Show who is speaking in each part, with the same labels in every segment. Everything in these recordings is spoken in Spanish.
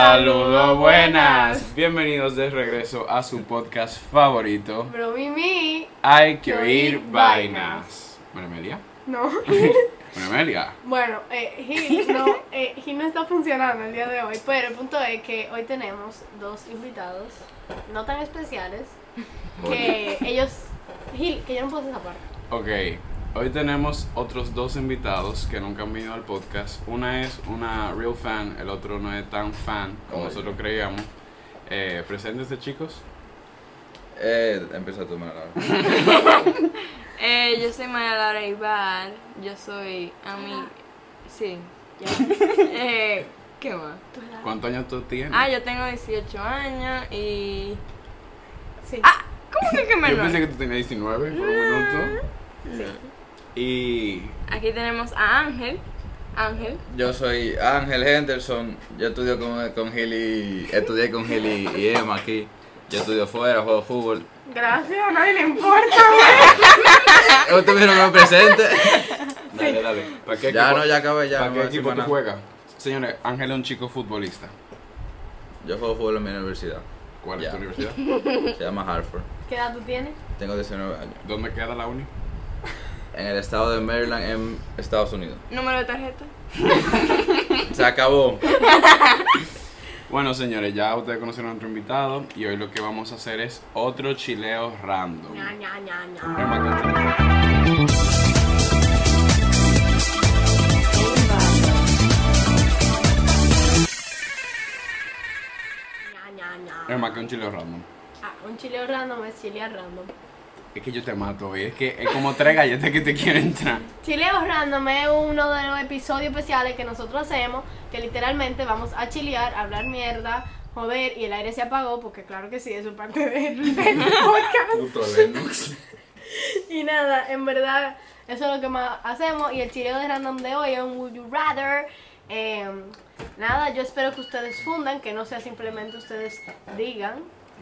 Speaker 1: Saludos buenas, bienvenidos de regreso a su podcast favorito.
Speaker 2: Bro, Mimi.
Speaker 1: Hay que oír vainas. Bueno, Amelia.
Speaker 2: No.
Speaker 1: Bueno, Amelia.
Speaker 2: bueno, eh, Gil, no, eh, Gil no está funcionando el día de hoy, pero el punto es que hoy tenemos dos invitados, no tan especiales, que ellos... Gil, que yo no puedo hacer esa parte.
Speaker 1: Ok, hoy tenemos otros dos invitados que nunca han venido al podcast. Una es una real fan, el otro no es tan fan como
Speaker 3: Oye.
Speaker 1: nosotros creíamos. Eh, preséntense chicos.
Speaker 3: Eh, empieza tú, Manuel.
Speaker 4: Eh, yo soy María Laura Ibar, yo soy a mí, sí, ya. Eh, ¿Qué más?
Speaker 2: ¿Tú eres la-
Speaker 1: ¿Cuántos años tú tienes?
Speaker 4: Ah, yo tengo 18 años y...
Speaker 2: Sí.
Speaker 4: Ah, ¿cómo que qué
Speaker 1: Yo
Speaker 4: menor?
Speaker 1: pensé que tú tenías 19 por un minuto. Mm. Y
Speaker 4: Aquí tenemos a Ángel, Ángel,
Speaker 3: Yo soy Ángel Henderson. Yo estudio con, con Gil y. Estudié con Gil y, y Emma aquí. Yo estudio fuera, juego fútbol.
Speaker 2: Gracias, a nadie le importa, güey.
Speaker 3: ¿Eh, ¿Ustedes vieron lo presente?
Speaker 1: dale, dale. ¿Para Ah. qué
Speaker 3: ya
Speaker 1: equipo-
Speaker 3: no, ya acabé, ya.
Speaker 1: ¿Para
Speaker 3: no
Speaker 1: qué
Speaker 3: voy a decir
Speaker 1: equipo tú
Speaker 3: más nada.
Speaker 1: juegas? Señores, Ángel es un chico futbolista.
Speaker 3: Yo juego fútbol en mi universidad.
Speaker 1: ¿Cuál es
Speaker 3: Ya.
Speaker 1: tu universidad?
Speaker 3: Se llama Hartford.
Speaker 2: ¿Qué edad tú tienes?
Speaker 3: Tengo 19 años.
Speaker 1: ¿Dónde queda la uni?
Speaker 3: En el estado de Maryland, en Estados Unidos.
Speaker 4: número de tarjeta.
Speaker 3: Se acabó.
Speaker 1: Bueno, señores, ya ustedes conocieron a nuestro invitado y hoy lo que vamos a hacer es otro chileo random.
Speaker 2: Ña, ña, ña, ña.
Speaker 1: Emma, cántale.
Speaker 2: Ña, ña, ña.
Speaker 1: Emma, que un chileo random.
Speaker 2: Ah, un chileo random es chileo random.
Speaker 1: Es que yo te mato hoy, es que es como tres galletas que te quieren entrar.
Speaker 2: Chileo Random es uno de los episodios especiales que nosotros hacemos, que literalmente vamos a chilear, a hablar mierda, joder, y el aire se apagó, porque claro que sí, eso es parte del, del podcast.
Speaker 1: Puto Lennox.
Speaker 2: Y nada, en verdad, eso es lo que más hacemos, y el chileo de Random de hoy es un Would You Rather. Eh, nada, yo espero que ustedes fundan, que no sea simplemente ustedes digan,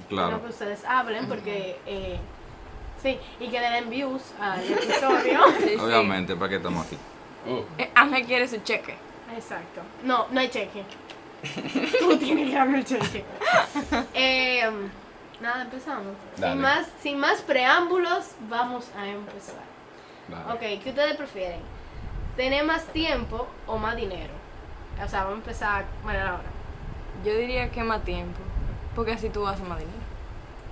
Speaker 3: Claro.
Speaker 2: sino que ustedes hablen, porque... eh, Sí, y que le den views al episodio.
Speaker 4: Sí, sí.
Speaker 3: Obviamente, ¿para qué estamos aquí?
Speaker 1: Oh,
Speaker 4: Eh, Ángel quiere su cheque.
Speaker 2: Exacto. No, no hay cheque. Tú tienes que darme el cheque. Em, nada, empezamos.
Speaker 1: Dale.
Speaker 2: Sin más, sin más preámbulos, vamos a empezar.
Speaker 1: dale.
Speaker 2: Ok, ¿qué ustedes prefieren? ¿Tener más tiempo o más dinero? O sea, vamos a empezar bueno ahora.
Speaker 4: Yo diría que más tiempo, porque así tú haces más dinero.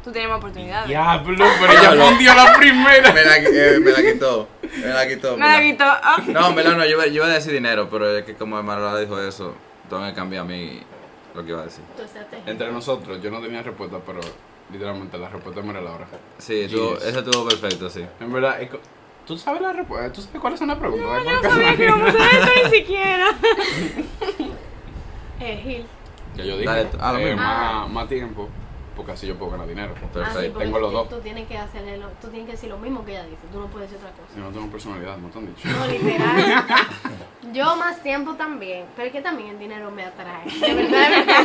Speaker 4: Tú tienes más oportunidades.
Speaker 1: Diablo, pero ella fundió la primera.
Speaker 3: Me la, eh, me la quitó. Me la quitó.
Speaker 4: Me la
Speaker 3: ¿verdad?
Speaker 4: quitó. ah.
Speaker 3: No, en verdad no, yo, iba- yo iba a decir dinero, pero es que como Marola dijo eso, tengo que cambiar a mí lo que iba a decir.
Speaker 2: Tu estrategia.
Speaker 1: Entre nosotros, yo no tenía respuesta, pero literalmente la respuesta me era la hora.
Speaker 3: Sí, tú,
Speaker 1: Yes.
Speaker 3: eso estuvo perfecto, sí.
Speaker 1: En verdad, es co- ¿tú sabes la respuesta? ¿Tú sabes cuáles son las preguntas? del
Speaker 4: No
Speaker 1: podcast?
Speaker 4: sabía que íbamos a hacer esto ni siquiera.
Speaker 2: Eh, Gil.
Speaker 1: Ya yo dije.
Speaker 3: Dale tú. Ah, lo
Speaker 1: eh,
Speaker 3: mismo.
Speaker 1: más, más tiempo, porque así yo puedo ganar dinero.
Speaker 3: Perfecto.
Speaker 2: Ah, sí, porque
Speaker 1: Tengo los
Speaker 2: tú-
Speaker 1: dos.
Speaker 2: Tú tienes que hacerle lo- tú tienes que decir lo mismo que ella dice. Tú no puedes decir otra cosa.
Speaker 1: Yo no tengo personalidad, no te han dicho.
Speaker 2: No, literal. Yo más tiempo también, pero es que también el dinero me atrae. De verdad, de verdad.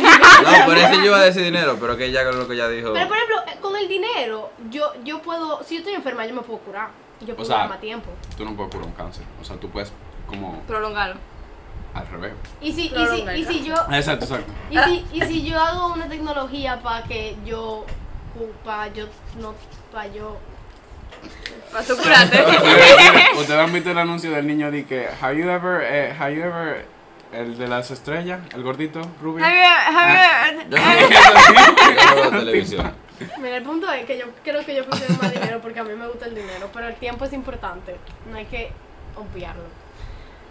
Speaker 3: No, por eso yo iba a decir dinero, pero que ya con lo que ella dijo.
Speaker 2: Pero por ejemplo, eh, con el dinero, yo, yo puedo, si yo estoy enferma, yo me puedo curar. Yo puedo
Speaker 1: sea-
Speaker 2: dar más tiempo.
Speaker 1: Tú no puedes curar un cáncer. O sea, tú puedes como
Speaker 4: Prolongalo.
Speaker 1: al revés.
Speaker 2: Y si, y si,
Speaker 4: Prolonga.
Speaker 2: y si yo,
Speaker 1: Exacto, exacto.
Speaker 2: y si, y si yo hago una tecnología para que yo, para yo, no, para yo.
Speaker 4: Para tú curarte.
Speaker 1: Ustedes han visto el anuncio del niño de que How you ever, eh, how you ever, el de las estrellas, el gordito, rubio.
Speaker 4: Javier, Javier.
Speaker 3: Yo no veo la televisión.
Speaker 2: Mira, el punto es que yo creo que yo prefiero más dinero porque a mí me gusta el dinero, pero el tiempo es importante, no hay que obviarlo.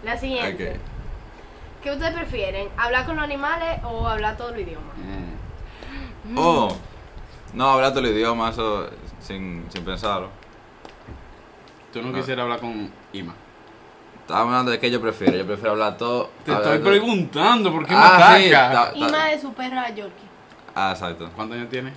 Speaker 2: La siguiente.
Speaker 3: Ok.
Speaker 2: ¿Qué ustedes prefieren? ¿Hablar con los animales o hablar todo el idioma?
Speaker 1: Mm.
Speaker 3: Oh, no, hablar todo el idioma, eso sin, sin pensarlo.
Speaker 1: Tú no,
Speaker 3: No.
Speaker 1: quisieras hablar con Ima.
Speaker 3: Estaba hablando de qué yo prefiero, yo prefiero hablar todo.
Speaker 1: Te
Speaker 3: hablar
Speaker 1: estoy
Speaker 3: todo-
Speaker 1: preguntando por qué
Speaker 3: Ah,
Speaker 1: me
Speaker 3: sí,
Speaker 1: atacas.
Speaker 3: ta-
Speaker 2: Y más de su perra Yorkie.
Speaker 3: Ah, exacto.
Speaker 1: ¿Cuántos años tiene?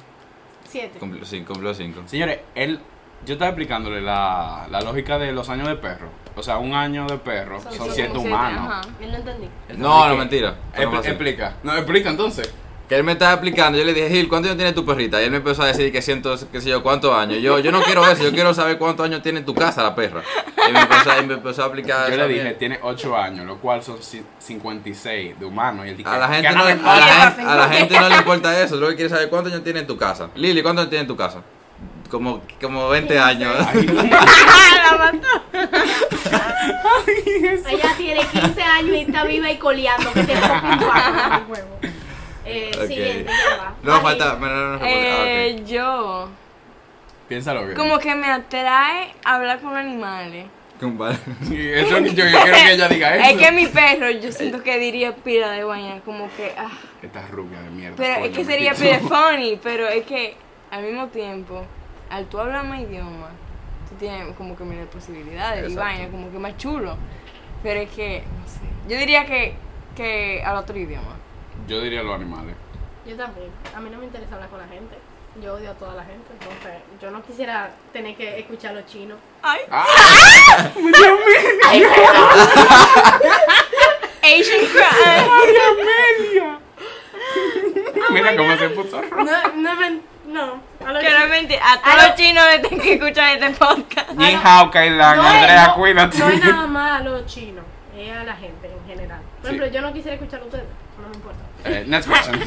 Speaker 2: Siete.
Speaker 3: Cumplo, sí, cumplo cinco.
Speaker 1: Señores, él, yo estaba explicándole la, la lógica de los años de perro. O sea, un año de perro son,
Speaker 2: Son
Speaker 1: siete
Speaker 4: como
Speaker 1: humanos.
Speaker 4: ajá.
Speaker 2: Yo no entendí.
Speaker 3: No, no,
Speaker 1: Explique.
Speaker 3: mentira.
Speaker 1: Expl-
Speaker 3: Vamos a hacer.
Speaker 1: explica. No, explica entonces.
Speaker 3: Que él me estaba explicando, yo le dije, Gil, ¿cuántos años tiene tu perrita? Y él me empezó a decir que siento, qué sé yo, cuántos años. Yo, yo no quiero eso, yo quiero saber cuántos años tiene en tu casa la perra. Y me empezó, a- y me empezó a aplicar
Speaker 1: Yo le
Speaker 3: esa
Speaker 1: dije,
Speaker 3: mierda.
Speaker 1: tiene 8 años, lo cual son ci- 56 de humano. Y él dijo,
Speaker 3: a la, gente
Speaker 1: "¿Qué
Speaker 3: no, le-
Speaker 1: le
Speaker 3: a,
Speaker 1: importa?".
Speaker 3: la
Speaker 4: Oye,
Speaker 3: gente,
Speaker 4: papi.
Speaker 3: a la gente no le importa eso, lo que quiere saber cuántos años tiene en tu casa. Lili, ¿cuántos años tiene en tu casa? Como, como 20 años.
Speaker 4: Ah,
Speaker 2: Ella tiene 15 años y está viva y coleando. Que te toca un guapo de huevo. Eh,
Speaker 3: Ok.
Speaker 2: Siguiente, ya va.
Speaker 3: No,
Speaker 2: Vale.
Speaker 3: falta. no, no, no, no,
Speaker 4: Eh,
Speaker 3: ah,
Speaker 4: Yo,
Speaker 1: Piénsalo bien.
Speaker 4: como que me atrae hablar con animales.
Speaker 3: ok. Compadre.
Speaker 1: Sí, Eso es lo que yo, yo quiero que ella diga eso. Eh.
Speaker 4: Es que mi perro, yo siento que diría pila de guayán, como que, ah,
Speaker 1: Esta rubia de mierda.
Speaker 4: pero es
Speaker 1: coño,
Speaker 4: que
Speaker 1: me
Speaker 4: sería
Speaker 1: quito.
Speaker 4: pila funny, pero es que al mismo tiempo, al tú hablar más idioma, tú tienes como que miles de posibilidades y
Speaker 3: Exacto.
Speaker 4: vaina, como que más chulo. Pero es que, no sé, yo diría que, que al otro idioma.
Speaker 1: Yo diría los animales.
Speaker 2: Yo también. A mí no me interesa hablar con la gente. Yo odio a toda la gente. Entonces, yo no quisiera tener que escuchar a los chinos.
Speaker 4: Ay,
Speaker 1: ¡Ah!
Speaker 4: Asian cry.
Speaker 1: Mira cómo se puso rojo.
Speaker 2: No, no, me- no. A los chinos.
Speaker 4: Claramente, a todos los chinos que tienen que escuchar este podcast.
Speaker 1: Ni hao, Kailan,
Speaker 2: No es-
Speaker 1: Andrea,
Speaker 2: no-
Speaker 1: cuídate.
Speaker 2: No es nada más a los chinos. Es a la gente en general. Por
Speaker 1: Sí.
Speaker 2: ejemplo, yo no quisiera escuchar a ustedes. No me importa.
Speaker 1: Eh, next question.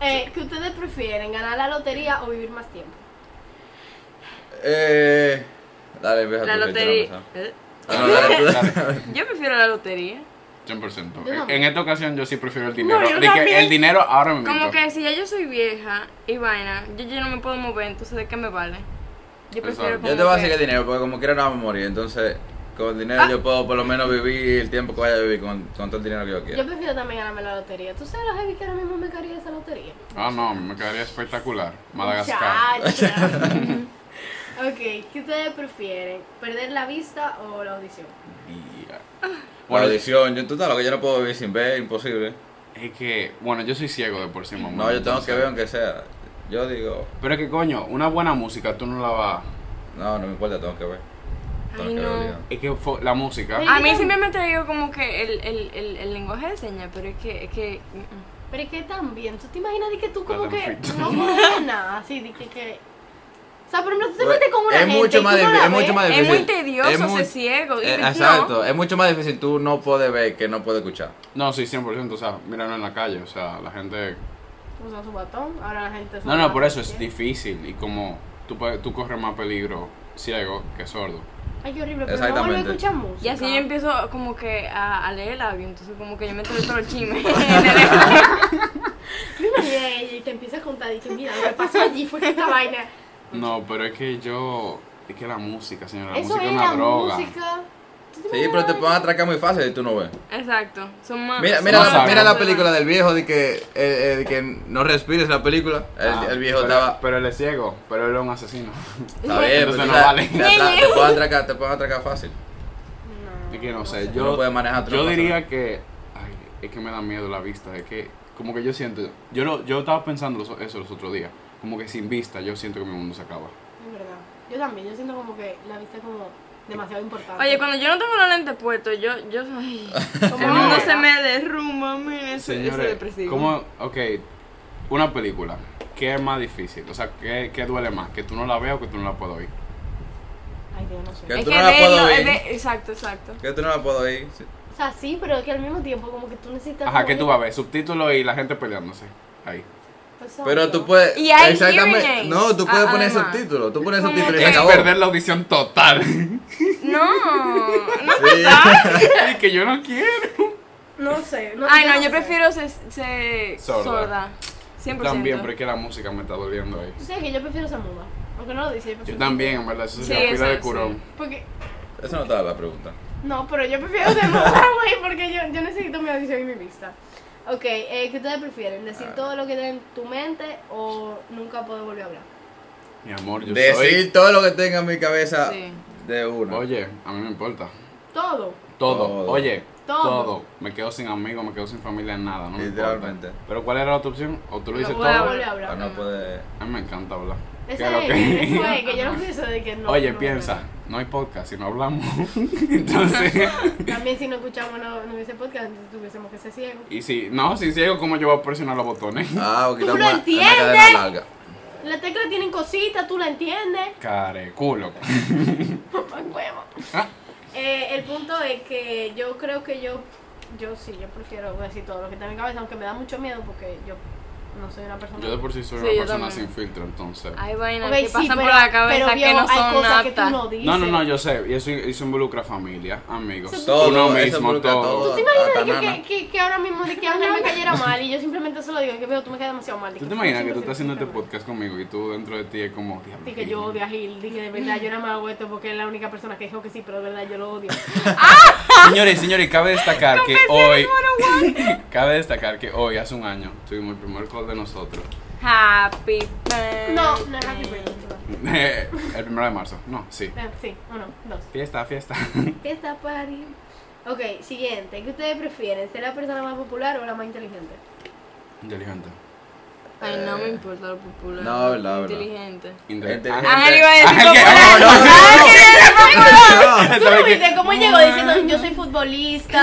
Speaker 2: Eh, ¿Qué ustedes prefieren? ¿Ganar la lotería o vivir más tiempo?
Speaker 3: Eh. Dale, empieza
Speaker 4: La
Speaker 3: tú, que yo
Speaker 4: lotería.
Speaker 3: no
Speaker 4: ¿Eh?
Speaker 3: me sé. Ah, no, dale, tú, dale.
Speaker 4: Yo prefiero la lotería.
Speaker 1: 100%.
Speaker 2: Yo
Speaker 1: En-
Speaker 2: también.
Speaker 1: En esta ocasión yo sí prefiero el dinero.
Speaker 2: No, yo
Speaker 1: de que
Speaker 2: también.
Speaker 1: el dinero ahora me
Speaker 4: Como
Speaker 1: meto.
Speaker 4: que si ya yo soy vieja y vaina, yo ya no me puedo mover, entonces ¿de qué me vale? Yo prefiero
Speaker 1: Exacto.
Speaker 4: como
Speaker 3: Yo te voy a
Speaker 4: que-
Speaker 3: decir que dinero, porque como quiera no vamos a morir. Entonces, con el dinero
Speaker 4: Ah.
Speaker 3: yo puedo por lo menos vivir el tiempo que vaya a vivir con, con todo el dinero que yo quiera.
Speaker 2: Yo prefiero también ganarme la lotería. ¿Tú sabes lo heavy que ahora mismo me caería esa lotería?
Speaker 1: Ah, no, me quedaría espectacular. Madagascar.
Speaker 2: Muchacha. ok, ¿qué ustedes prefieren? ¿Perder la vista o la audición? Ah.
Speaker 1: Yeah.
Speaker 3: Por
Speaker 1: Bueno,
Speaker 3: audición, yo, tú sabes lo que yo no puedo vivir sin ver, imposible.
Speaker 1: es que, bueno, yo soy ciego de por sí, mamá.
Speaker 3: No, yo tengo que
Speaker 1: entonces-
Speaker 3: ver aunque sea. Yo digo,
Speaker 1: Pero es que, coño, una buena música tú no la vas.
Speaker 3: no, no me importa, tengo que ver. Tengo
Speaker 4: Ay,
Speaker 3: que ver
Speaker 4: no.
Speaker 3: obligado.
Speaker 1: Es que fo- la música.
Speaker 2: Ay,
Speaker 4: A mí siempre me ha traído como que el, el, el, el lenguaje de señas, pero es que... Es que mm, mm.
Speaker 2: Pero es que también, ¿tú te imaginas de que tú como
Speaker 1: Adam
Speaker 2: que
Speaker 1: Friedman.
Speaker 2: no conoces nada? Así, de que, que... O sea, por ejemplo, tú te metes con una
Speaker 3: es
Speaker 2: gente
Speaker 3: mucho
Speaker 2: y tú
Speaker 3: más
Speaker 2: no
Speaker 3: difícil,
Speaker 2: la
Speaker 3: es mucho
Speaker 2: ves.
Speaker 3: más
Speaker 4: Es
Speaker 3: difícil.
Speaker 4: muy tedioso ser
Speaker 3: muy-
Speaker 4: ciego, y
Speaker 3: Eh,
Speaker 4: no.
Speaker 3: exacto, es mucho más difícil tú no poder ver que no poder escuchar.
Speaker 1: No, sí, 100%. O sea, míralo en la calle. O sea, la gente.
Speaker 2: Usa su batón, ahora la gente... usa
Speaker 1: No, no,
Speaker 2: batón,
Speaker 1: por eso es
Speaker 2: ¿sí?
Speaker 1: difícil. Y como tú, pa- tú corres más peligro ciego que sordo.
Speaker 2: Ay, qué horrible, pero no vuelve a
Speaker 3: Exactamente.
Speaker 2: escuchar música.
Speaker 4: Y así yo empiezo como que a, a leer labios, entonces como que yo me entero todo el chisme. en el labio.
Speaker 2: Yo imaginé ella y te empieza a contar, y que mira, lo que pasó allí fue que esta vaina...
Speaker 1: No, pero es que yo. Es que la música, señora. La
Speaker 2: Eso
Speaker 1: música
Speaker 2: es
Speaker 1: es una
Speaker 2: la
Speaker 1: droga.
Speaker 2: música... ¿Tú te
Speaker 3: Sí,
Speaker 2: imaginas
Speaker 3: pero te
Speaker 2: la-
Speaker 3: pueden atracar muy fácil y tú no ves.
Speaker 4: Exacto, son más...
Speaker 3: Mira,
Speaker 4: son
Speaker 3: mira,
Speaker 4: más
Speaker 3: la,
Speaker 1: sabe.
Speaker 3: mira la
Speaker 4: personas.
Speaker 3: película del viejo de que, eh, eh, de que no respires la película. El,
Speaker 1: Ah,
Speaker 3: el viejo
Speaker 1: pero-
Speaker 3: estaba.
Speaker 1: Pero él es ciego, pero él es un asesino.
Speaker 3: Está bien, pero
Speaker 1: Entonces
Speaker 3: tú
Speaker 1: no
Speaker 3: sabes,
Speaker 1: vale.
Speaker 3: te, atra- te pueden atracar, te pueden atracar fácil.
Speaker 2: No,
Speaker 1: Es que no sé.
Speaker 3: Tú no
Speaker 1: Yo,
Speaker 3: puedes manejar tú no
Speaker 1: yo
Speaker 3: puedes
Speaker 1: diría que. Ay, es que me da miedo la vista. Es que. Como que yo siento. Yo, lo, yo estaba pensando los- eso los otros días. Como que sin vista, yo siento que mi mundo se acaba.
Speaker 2: Es verdad. Yo también, yo siento como que la vista es como demasiado importante.
Speaker 4: Oye, cuando yo no tengo los lentes puestos, yo, yo soy...
Speaker 2: Como
Speaker 4: El
Speaker 1: no,
Speaker 4: mundo
Speaker 2: una-
Speaker 4: se me derrumba, mire, eso eso es
Speaker 1: Señores,
Speaker 4: depresivo.
Speaker 1: ¿cómo, ok, una película, ¿qué es más difícil? O sea, ¿qué, qué duele más? ¿Que tú no la veas o que tú no la puedas oír?
Speaker 2: Ay, Dios, no sé.
Speaker 3: ¿Qué?
Speaker 4: Es
Speaker 3: tú
Speaker 4: que
Speaker 3: no la
Speaker 4: verlo,
Speaker 3: puedo
Speaker 4: es
Speaker 3: ver.
Speaker 4: ver- exacto, exacto.
Speaker 3: Que tú no la puedo ir. Sí.
Speaker 2: O sea, sí, pero es que al mismo tiempo como que tú necesitas...
Speaker 1: Ajá,
Speaker 2: como
Speaker 1: ¿qué tú
Speaker 2: ir-
Speaker 1: vas a ver? Subtítulos y la gente peleándose. Ahí.
Speaker 2: Exacto.
Speaker 3: Pero tú puedes.
Speaker 4: Y hay hearing aids,
Speaker 3: No, tú puedes
Speaker 4: a-
Speaker 3: poner
Speaker 4: además.
Speaker 3: subtítulos. Tú pones
Speaker 4: Como
Speaker 3: subtítulos y se
Speaker 4: que-
Speaker 1: Es
Speaker 3: acabó.
Speaker 1: perder la audición total.
Speaker 4: No, no.
Speaker 3: Sí.
Speaker 1: y que yo no quiero.
Speaker 2: No sé. No,
Speaker 4: Ay, no, yo
Speaker 2: sé.
Speaker 4: prefiero ser, ser
Speaker 1: Sorda.
Speaker 4: sorda. 100%.
Speaker 1: También, pero es que la música me está doliendo ahí.
Speaker 2: Tú sabes que yo prefiero ser muda. Aunque no lo dice, yo
Speaker 1: Yo
Speaker 2: prefiero...
Speaker 1: también, en verdad, eso
Speaker 4: Sí,
Speaker 1: sería pila
Speaker 4: eso,
Speaker 1: de
Speaker 4: sí.
Speaker 1: curón.
Speaker 2: Porque...
Speaker 3: Eso no estaba la pregunta.
Speaker 2: No, pero yo prefiero ser muda, güey, porque yo, yo necesito mi audición y mi vista. Ok, eh, ¿qué ustedes prefieren? ¿Decir
Speaker 1: Ah.
Speaker 2: todo lo que tiene en tu mente o nunca poder volver a hablar?
Speaker 1: Mi amor, yo
Speaker 3: Decir todo lo que tenga en mi cabeza
Speaker 4: Sí.
Speaker 3: de
Speaker 1: soy...
Speaker 3: uno.
Speaker 1: Oye, a mí me importa.
Speaker 2: Todo.
Speaker 1: Todo.
Speaker 3: Todo.
Speaker 1: Oye,
Speaker 2: Todo.
Speaker 1: todo. Me quedo sin amigos, me quedo sin familia, nada. No me importa.
Speaker 3: Literalmente.
Speaker 1: Pero ¿cuál era la otra opción? O tú lo
Speaker 2: No
Speaker 1: dices
Speaker 2: puedo
Speaker 1: todo. Ah,
Speaker 2: volver a
Speaker 3: Para
Speaker 2: hablar.
Speaker 3: no poder.
Speaker 1: A mí me encanta hablar.
Speaker 2: Ese
Speaker 1: Que lo
Speaker 2: es,
Speaker 1: que-
Speaker 2: ese fue, que yo lo pienso de que no.
Speaker 1: Oye,
Speaker 2: no,
Speaker 1: piensa, no hay podcast si no hablamos. Entonces,
Speaker 2: no. También si no escuchamos no, no hubiese podcast, entonces tuviésemos que ser ciegos.
Speaker 1: y si no, si ciego, ¿cómo yo voy a presionar los botones?
Speaker 3: Ah, o quitamos
Speaker 2: lo
Speaker 3: una- una
Speaker 2: entiendes?
Speaker 3: cadena larga.
Speaker 2: Las teclas tienen cositas, tú la entiendes.
Speaker 1: Care, culo.
Speaker 2: Ay, huevo.
Speaker 1: Ah.
Speaker 2: Eh, el punto es que yo creo que yo, yo sí, yo prefiero decir todo lo que está en mi cabeza, aunque me da mucho miedo porque yo no soy una persona.
Speaker 1: Yo de por sí soy
Speaker 4: Sí,
Speaker 1: una
Speaker 4: yo
Speaker 1: persona
Speaker 4: también.
Speaker 1: sin filtro, entonces.
Speaker 4: Hay vainas
Speaker 2: Ok,
Speaker 4: que
Speaker 2: sí,
Speaker 4: pasan por
Speaker 2: pero-
Speaker 4: la cabeza
Speaker 2: pero,
Speaker 4: que
Speaker 2: viejo,
Speaker 4: no
Speaker 2: hay
Speaker 4: son
Speaker 2: cosas que tú
Speaker 4: aptas.
Speaker 2: no dices.
Speaker 1: No, no, no, yo sé, y eso, eso involucra familia, amigos,
Speaker 2: Sí.
Speaker 3: Todo,
Speaker 1: uno
Speaker 3: eso
Speaker 1: mismo,
Speaker 3: involucra
Speaker 1: todo.
Speaker 3: todo.
Speaker 2: ¿Tú te imaginas
Speaker 3: Hasta
Speaker 2: de que,
Speaker 3: nana.
Speaker 2: que, que, que ahora mismo de que alguien me cayera mal y yo simplemente se lo digo, que veo, tú me caes demasiado mal? de
Speaker 1: ¿Tú te imaginas que tú
Speaker 2: siempre
Speaker 1: estás haciendo este
Speaker 2: siempre-
Speaker 1: podcast conmigo y tú dentro de ti es como, diablo?
Speaker 2: Dije que yo odio a Gil, dije de verdad, yo nada más hago esto porque es la única persona que dijo que sí, pero de verdad yo lo odio.
Speaker 1: Señores, señores, cabe destacar que hoy. cabe destacar que hoy, hace un año, tuvimos el primer call de nosotros.
Speaker 4: Happy birthday.
Speaker 2: No, no es Happy
Speaker 4: Eh.
Speaker 2: Birthday.
Speaker 1: el primero de marzo. No, sí.
Speaker 2: Eh, Sí, uno, dos.
Speaker 1: Fiesta, fiesta.
Speaker 2: Fiesta party. Ok, siguiente. ¿Qué ustedes prefieren? ¿Ser la persona más popular o la más inteligente?
Speaker 1: Inteligente.
Speaker 4: Ay, no me importa lo popular.
Speaker 3: Eh, No, verdad, verdad.
Speaker 4: Inteligente.
Speaker 1: Inteligente.
Speaker 3: Inteligente.
Speaker 4: Ángel iba a decir
Speaker 1: Ángel,
Speaker 4: popular.
Speaker 1: no, no, no,
Speaker 4: Ángel iba a decir popular.
Speaker 2: ¿Tú no viste cómo él llegó diciendo yo soy futbolista?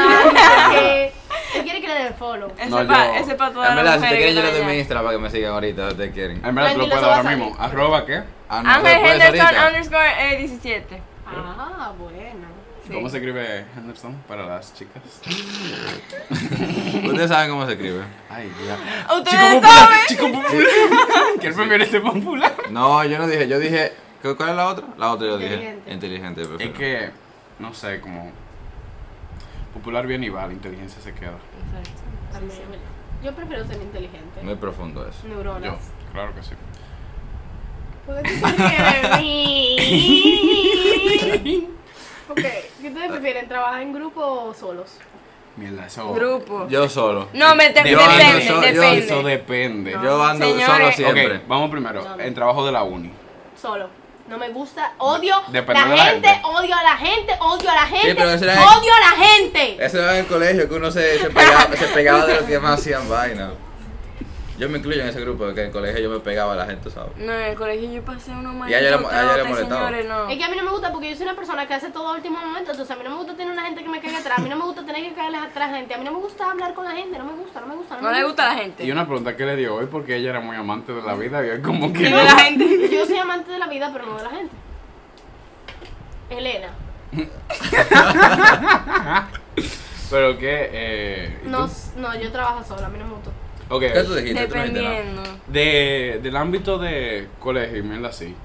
Speaker 2: que él quiere que le den follow.
Speaker 1: No,
Speaker 4: Ese pa-
Speaker 1: yo-
Speaker 4: Ese para todas
Speaker 3: En
Speaker 4: las
Speaker 3: verdad, si te
Speaker 4: mujeres que
Speaker 3: quieren, yo le
Speaker 4: están
Speaker 3: doy mi
Speaker 4: allá.
Speaker 3: Instagram para que me sigan ahorita, si te quieren.
Speaker 1: Ah, En verdad, tú lo
Speaker 2: Tranquilo,
Speaker 1: puedes
Speaker 2: eso va
Speaker 1: ahora
Speaker 2: a
Speaker 1: mismo.
Speaker 2: salir.
Speaker 1: Arroba, ¿qué?
Speaker 3: Ah, no,
Speaker 4: Ángel
Speaker 3: pero puedes
Speaker 4: Henderson
Speaker 3: ahorita.
Speaker 4: underscore eh, 17.
Speaker 2: Ah, bueno.
Speaker 4: Sí.
Speaker 1: ¿Cómo se escribe Henderson para las chicas?
Speaker 3: Ustedes saben cómo se escribe.
Speaker 1: Ay, ya.
Speaker 4: Ustedes
Speaker 1: Chico popular,
Speaker 4: saben.
Speaker 1: chico popular. ¿Quién prefiere ser popular?
Speaker 3: No, yo no dije, yo dije. ¿cu- ¿Cuál es la otra? La otra yo dije.
Speaker 2: Inteligente.
Speaker 3: Inteligente.
Speaker 1: Es
Speaker 3: prefiero.
Speaker 1: que, no sé, como. Popular bien y va, la inteligencia se queda.
Speaker 2: Yo prefiero ser inteligente.
Speaker 3: Muy profundo eso.
Speaker 1: Yo,
Speaker 2: Neuronas.
Speaker 1: claro que sí.
Speaker 2: ¿Por qué tú te ríes de mí? Ok, ¿qué ustedes prefieren? ¿Trabajar en grupo o solos?
Speaker 1: Mierda, eso.
Speaker 4: Grupo.
Speaker 3: Yo solo.
Speaker 4: No, me te-
Speaker 1: Yo ando
Speaker 4: depende,
Speaker 3: eso- yo
Speaker 4: depende.
Speaker 1: Eso depende.
Speaker 4: No.
Speaker 3: Yo ando
Speaker 4: Señores.
Speaker 3: solo
Speaker 4: Ok,
Speaker 3: siempre.
Speaker 1: Ok, vamos primero.
Speaker 2: No, no.
Speaker 1: El trabajo de la uni.
Speaker 2: Solo. No me gusta, odio
Speaker 1: Depende
Speaker 2: la,
Speaker 1: de la
Speaker 2: gente,
Speaker 1: gente.
Speaker 2: odio a la gente, odio a la gente,
Speaker 3: pero eso era-
Speaker 2: odio a la gente.
Speaker 3: Eso era en el colegio que uno se, se, pegaba, se pegaba de los que más hacían vaina. Yo me incluyo en ese grupo, que en el colegio yo me pegaba a la gente, ¿sabes?
Speaker 4: No, en el colegio yo pasé unos
Speaker 3: Y a ella le-
Speaker 4: malditos
Speaker 3: a ella le
Speaker 4: trotes,
Speaker 3: molestaba.
Speaker 4: señores, eh, no.
Speaker 2: Es que a mí no me gusta porque yo soy una persona que hace todo a último momento. Entonces a mí no me gusta tener una gente que me caiga atrás. A mí no me gusta tener que caerles atrás a gente. A mí no me gusta hablar con la gente. No me gusta, no me gusta.
Speaker 4: No
Speaker 2: me
Speaker 4: le gusta a la gente.
Speaker 1: Y una pregunta que le dio hoy, porque ella era muy amante de la vida, y hoy como que.
Speaker 4: Sí,
Speaker 1: no.
Speaker 4: de la gente.
Speaker 2: Yo soy amante de la vida, pero no de la gente. Elena.
Speaker 1: Pero que. Eh, ¿y
Speaker 2: No,
Speaker 1: tú?
Speaker 2: no, yo trabajo sola. A mí no me gusta.
Speaker 1: Ok.
Speaker 3: ¿Qué tú dijiste? Tú no dijiste nada.
Speaker 4: Dependiendo.
Speaker 1: De, del ámbito de colegio y mierda así.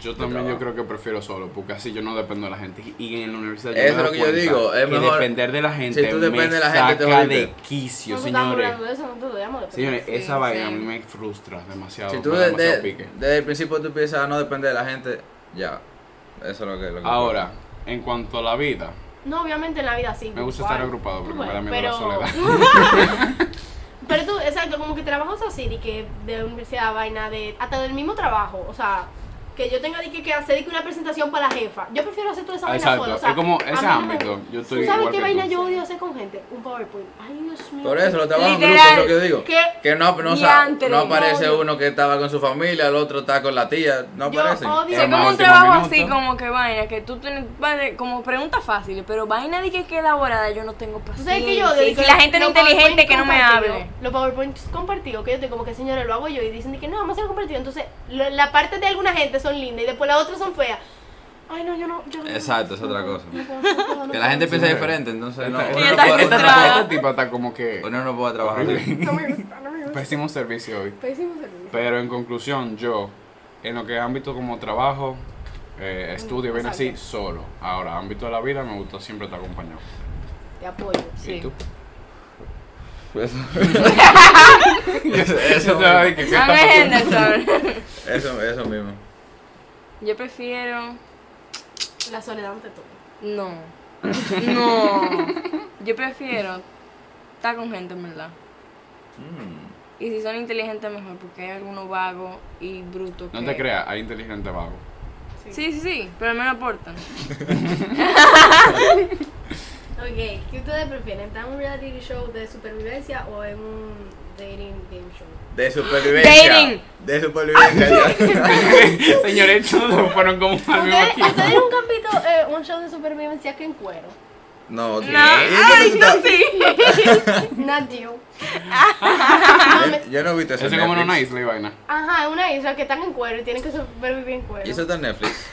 Speaker 1: Yo también yo
Speaker 3: trabajo.
Speaker 1: creo que prefiero solo, porque así yo no dependo de la gente. Y en la universidad yo
Speaker 3: Eso
Speaker 1: me he
Speaker 3: es lo
Speaker 1: dado
Speaker 3: que yo
Speaker 1: cuenta
Speaker 3: digo, es
Speaker 1: que
Speaker 3: mejor-
Speaker 1: depender de la gente
Speaker 3: tú
Speaker 1: me
Speaker 3: dependes de la gente, te
Speaker 1: saca de
Speaker 3: jodiste.
Speaker 1: quicio,
Speaker 2: Nosotros estábamos
Speaker 1: señores.
Speaker 2: hablando de eso, nosotros odiamos de
Speaker 1: Señores,
Speaker 4: Sí,
Speaker 1: esa vaina a
Speaker 4: sí.
Speaker 1: mí me frustra demasiado.
Speaker 3: Si tú
Speaker 1: me da
Speaker 3: de-
Speaker 1: demasiado
Speaker 3: de-
Speaker 1: pique.
Speaker 3: desde el principio tú piensas no depende de la gente, ya. Eso es lo que. Lo que
Speaker 1: Ahora, en cuanto a la vida,
Speaker 2: No, obviamente en la vida sí.
Speaker 1: me gusta
Speaker 2: igual.
Speaker 1: estar agrupado porque me da miedo la
Speaker 2: Bueno,
Speaker 1: soledad.
Speaker 2: Pero tú, exacto, como que trabajamos así, de que de universidad, vaina, de hasta del mismo trabajo, o sea, que yo tenga de que, que hacer de que una presentación para la jefa. Yo prefiero hacer toda esa vaina
Speaker 1: Exacto,
Speaker 2: sola, o sea,
Speaker 1: es como
Speaker 2: a
Speaker 1: ese
Speaker 2: mí no me-
Speaker 1: ámbito, yo estoy
Speaker 2: ¿Tú sabes
Speaker 1: igual
Speaker 2: qué
Speaker 1: que
Speaker 2: vaina
Speaker 1: tú.
Speaker 2: yo odio hacer con gente? Un PowerPoint. Ay, Dios mío.
Speaker 3: Por eso, los trabajos en grupo
Speaker 4: Literal.
Speaker 3: es lo que digo.
Speaker 2: ¿Qué?
Speaker 3: Que no, no, sa-
Speaker 4: Diantre,
Speaker 3: no aparece
Speaker 4: no, yo-
Speaker 3: uno que estaba con su familia, el otro está con la tía. No
Speaker 2: Yo
Speaker 3: aparece.
Speaker 2: odio-
Speaker 4: Es
Speaker 1: Pero más
Speaker 4: como un
Speaker 1: último
Speaker 4: trabajo así,
Speaker 1: minuto.
Speaker 4: como que vaina, que tú tienes vaina, como preguntas fáciles, pero vaina de que, que elaborada yo no tengo
Speaker 2: ¿Tú
Speaker 4: paciencia.
Speaker 2: sabes que yo odio?
Speaker 4: y
Speaker 2: de
Speaker 4: si
Speaker 2: que
Speaker 4: la gente no
Speaker 2: los
Speaker 4: es inteligente,
Speaker 2: PowerPoint
Speaker 4: que no me
Speaker 2: compartidos,
Speaker 4: hable.
Speaker 2: Los PowerPoints compartidos, que yo estoy como que señores, lo hago yo y dicen de que no, vamos a hacer compartido. Entonces, lo- la parte de alguna gente son lindas y después la otra son feas. Ay, no, yo no. Yo no-
Speaker 3: Exacto, es otra cosa.
Speaker 2: no puedo, no puedo, no
Speaker 3: Que la gente
Speaker 2: puedo.
Speaker 3: piensa
Speaker 1: Sí.
Speaker 3: diferente, entonces no,
Speaker 1: Esta-
Speaker 3: uno, no
Speaker 4: está
Speaker 3: puede,
Speaker 1: este
Speaker 3: uno no
Speaker 4: frustrada.
Speaker 1: esta tipa está como que
Speaker 3: puede- uno no puede trabajar. así.
Speaker 1: horrible.
Speaker 2: No me gusta, no me
Speaker 3: Pues,
Speaker 2: gusta.
Speaker 1: Pésimo servicio hoy.
Speaker 2: Pésimo servicio.
Speaker 1: Pero en conclusión, yo, en lo que es ámbito como trabajo, eh, estudio, bien así,
Speaker 2: Exacto.
Speaker 1: solo. Ahora, ámbito de la vida, me gusta siempre estar acompañado.
Speaker 2: Te apoyo.
Speaker 1: ¿Y
Speaker 4: Sí.
Speaker 1: tú? Yo te
Speaker 3: Eso, eso, mismo.
Speaker 1: dije, ¿qué está
Speaker 4: Ángel
Speaker 1: pasando?
Speaker 4: Henderson.
Speaker 3: Eso- eso mismo.
Speaker 4: Yo prefiero.
Speaker 2: La soledad ante todo.
Speaker 4: No. No. Yo prefiero estar con gente, en verdad.
Speaker 3: Mm.
Speaker 4: Y si son inteligentes, mejor, porque hay algunos vagos y brutos.
Speaker 1: No
Speaker 4: que-
Speaker 1: te creas, hay inteligente vago.
Speaker 4: Sí, sí, sí, pero al menos aportan.
Speaker 2: Ok, ¿qué ustedes prefieren? ¿Están en un reality show de supervivencia o en un dating game show?
Speaker 3: De supervivencia.
Speaker 4: Dating.
Speaker 3: De supervivencia.
Speaker 1: Señores, todos fueron como al mismo
Speaker 2: ¿Ustedes,
Speaker 1: tiempo.
Speaker 2: ¿ustedes nunca han visto eh, un show de supervivencia que en cuero?
Speaker 3: no, ¿qué?
Speaker 4: No, ay, no, sí.
Speaker 2: Not you.
Speaker 3: Yo, yo no he visto eso.
Speaker 1: Eso es
Speaker 3: en
Speaker 1: como en una
Speaker 3: Netflix.
Speaker 1: isla y vaina.
Speaker 2: Ajá, es una isla que están en cuero y tienen que supervivir en cuero.
Speaker 3: ¿Y eso está en Netflix?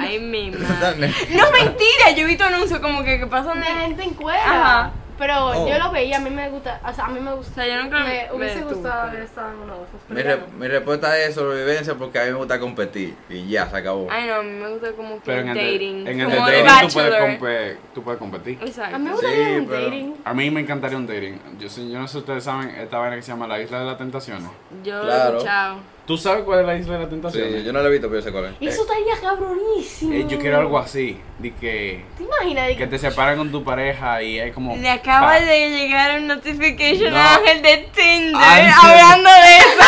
Speaker 4: Ay, mi
Speaker 3: Eso está
Speaker 4: madre.
Speaker 3: en Netflix.
Speaker 4: No, mentira, yo he visto anuncios como que, que pasan
Speaker 2: de
Speaker 4: de...
Speaker 2: gente en cuero.
Speaker 4: Ajá.
Speaker 2: Pero
Speaker 3: Oh.
Speaker 2: yo lo veía, a mí me gusta, o sea, a mí me gusta.
Speaker 4: O sea, yo nunca
Speaker 2: me
Speaker 4: me-
Speaker 2: hubiese
Speaker 4: me
Speaker 2: gustado
Speaker 4: tuve.
Speaker 2: haber estado en uno de esos.
Speaker 3: Mi,
Speaker 2: pero ya
Speaker 3: re-
Speaker 2: no.
Speaker 3: mi respuesta es sobrevivencia porque a mí me gusta competir. Y ya, se acabó.
Speaker 4: Ay, no, a mí me gusta como que
Speaker 1: Pero en el de-
Speaker 4: dating.
Speaker 1: en el de
Speaker 4: como
Speaker 3: The
Speaker 4: el
Speaker 1: dating tú puedes,
Speaker 4: Bachelor.
Speaker 1: compe- tú puedes competir.
Speaker 2: A mí me
Speaker 4: Exacto.
Speaker 2: gusta
Speaker 3: Sí,
Speaker 2: ver un
Speaker 3: pero-
Speaker 2: dating.
Speaker 1: A mí me encantaría un dating. Yo, sé- yo no sé si ustedes saben esta vaina que se llama la Isla de las Tentaciones.
Speaker 4: Yo lo he
Speaker 3: Claro.
Speaker 4: escuchado.
Speaker 1: ¿Tú sabes cuál es la Isla de las
Speaker 3: Sí,
Speaker 1: Tentaciones?
Speaker 3: yo no lo he visto, pero yo sé cuál es.
Speaker 2: Eso estaría cabronísimo.
Speaker 1: Eh, yo quiero algo así, de que,
Speaker 2: ¿Te imaginas? De
Speaker 1: que
Speaker 2: que-
Speaker 1: te separan con tu pareja y es como...
Speaker 4: Le acaba
Speaker 1: pa.
Speaker 4: de llegar un notification
Speaker 1: No.
Speaker 4: a Ángel de Tinder
Speaker 3: Ángel.
Speaker 4: hablando de eso.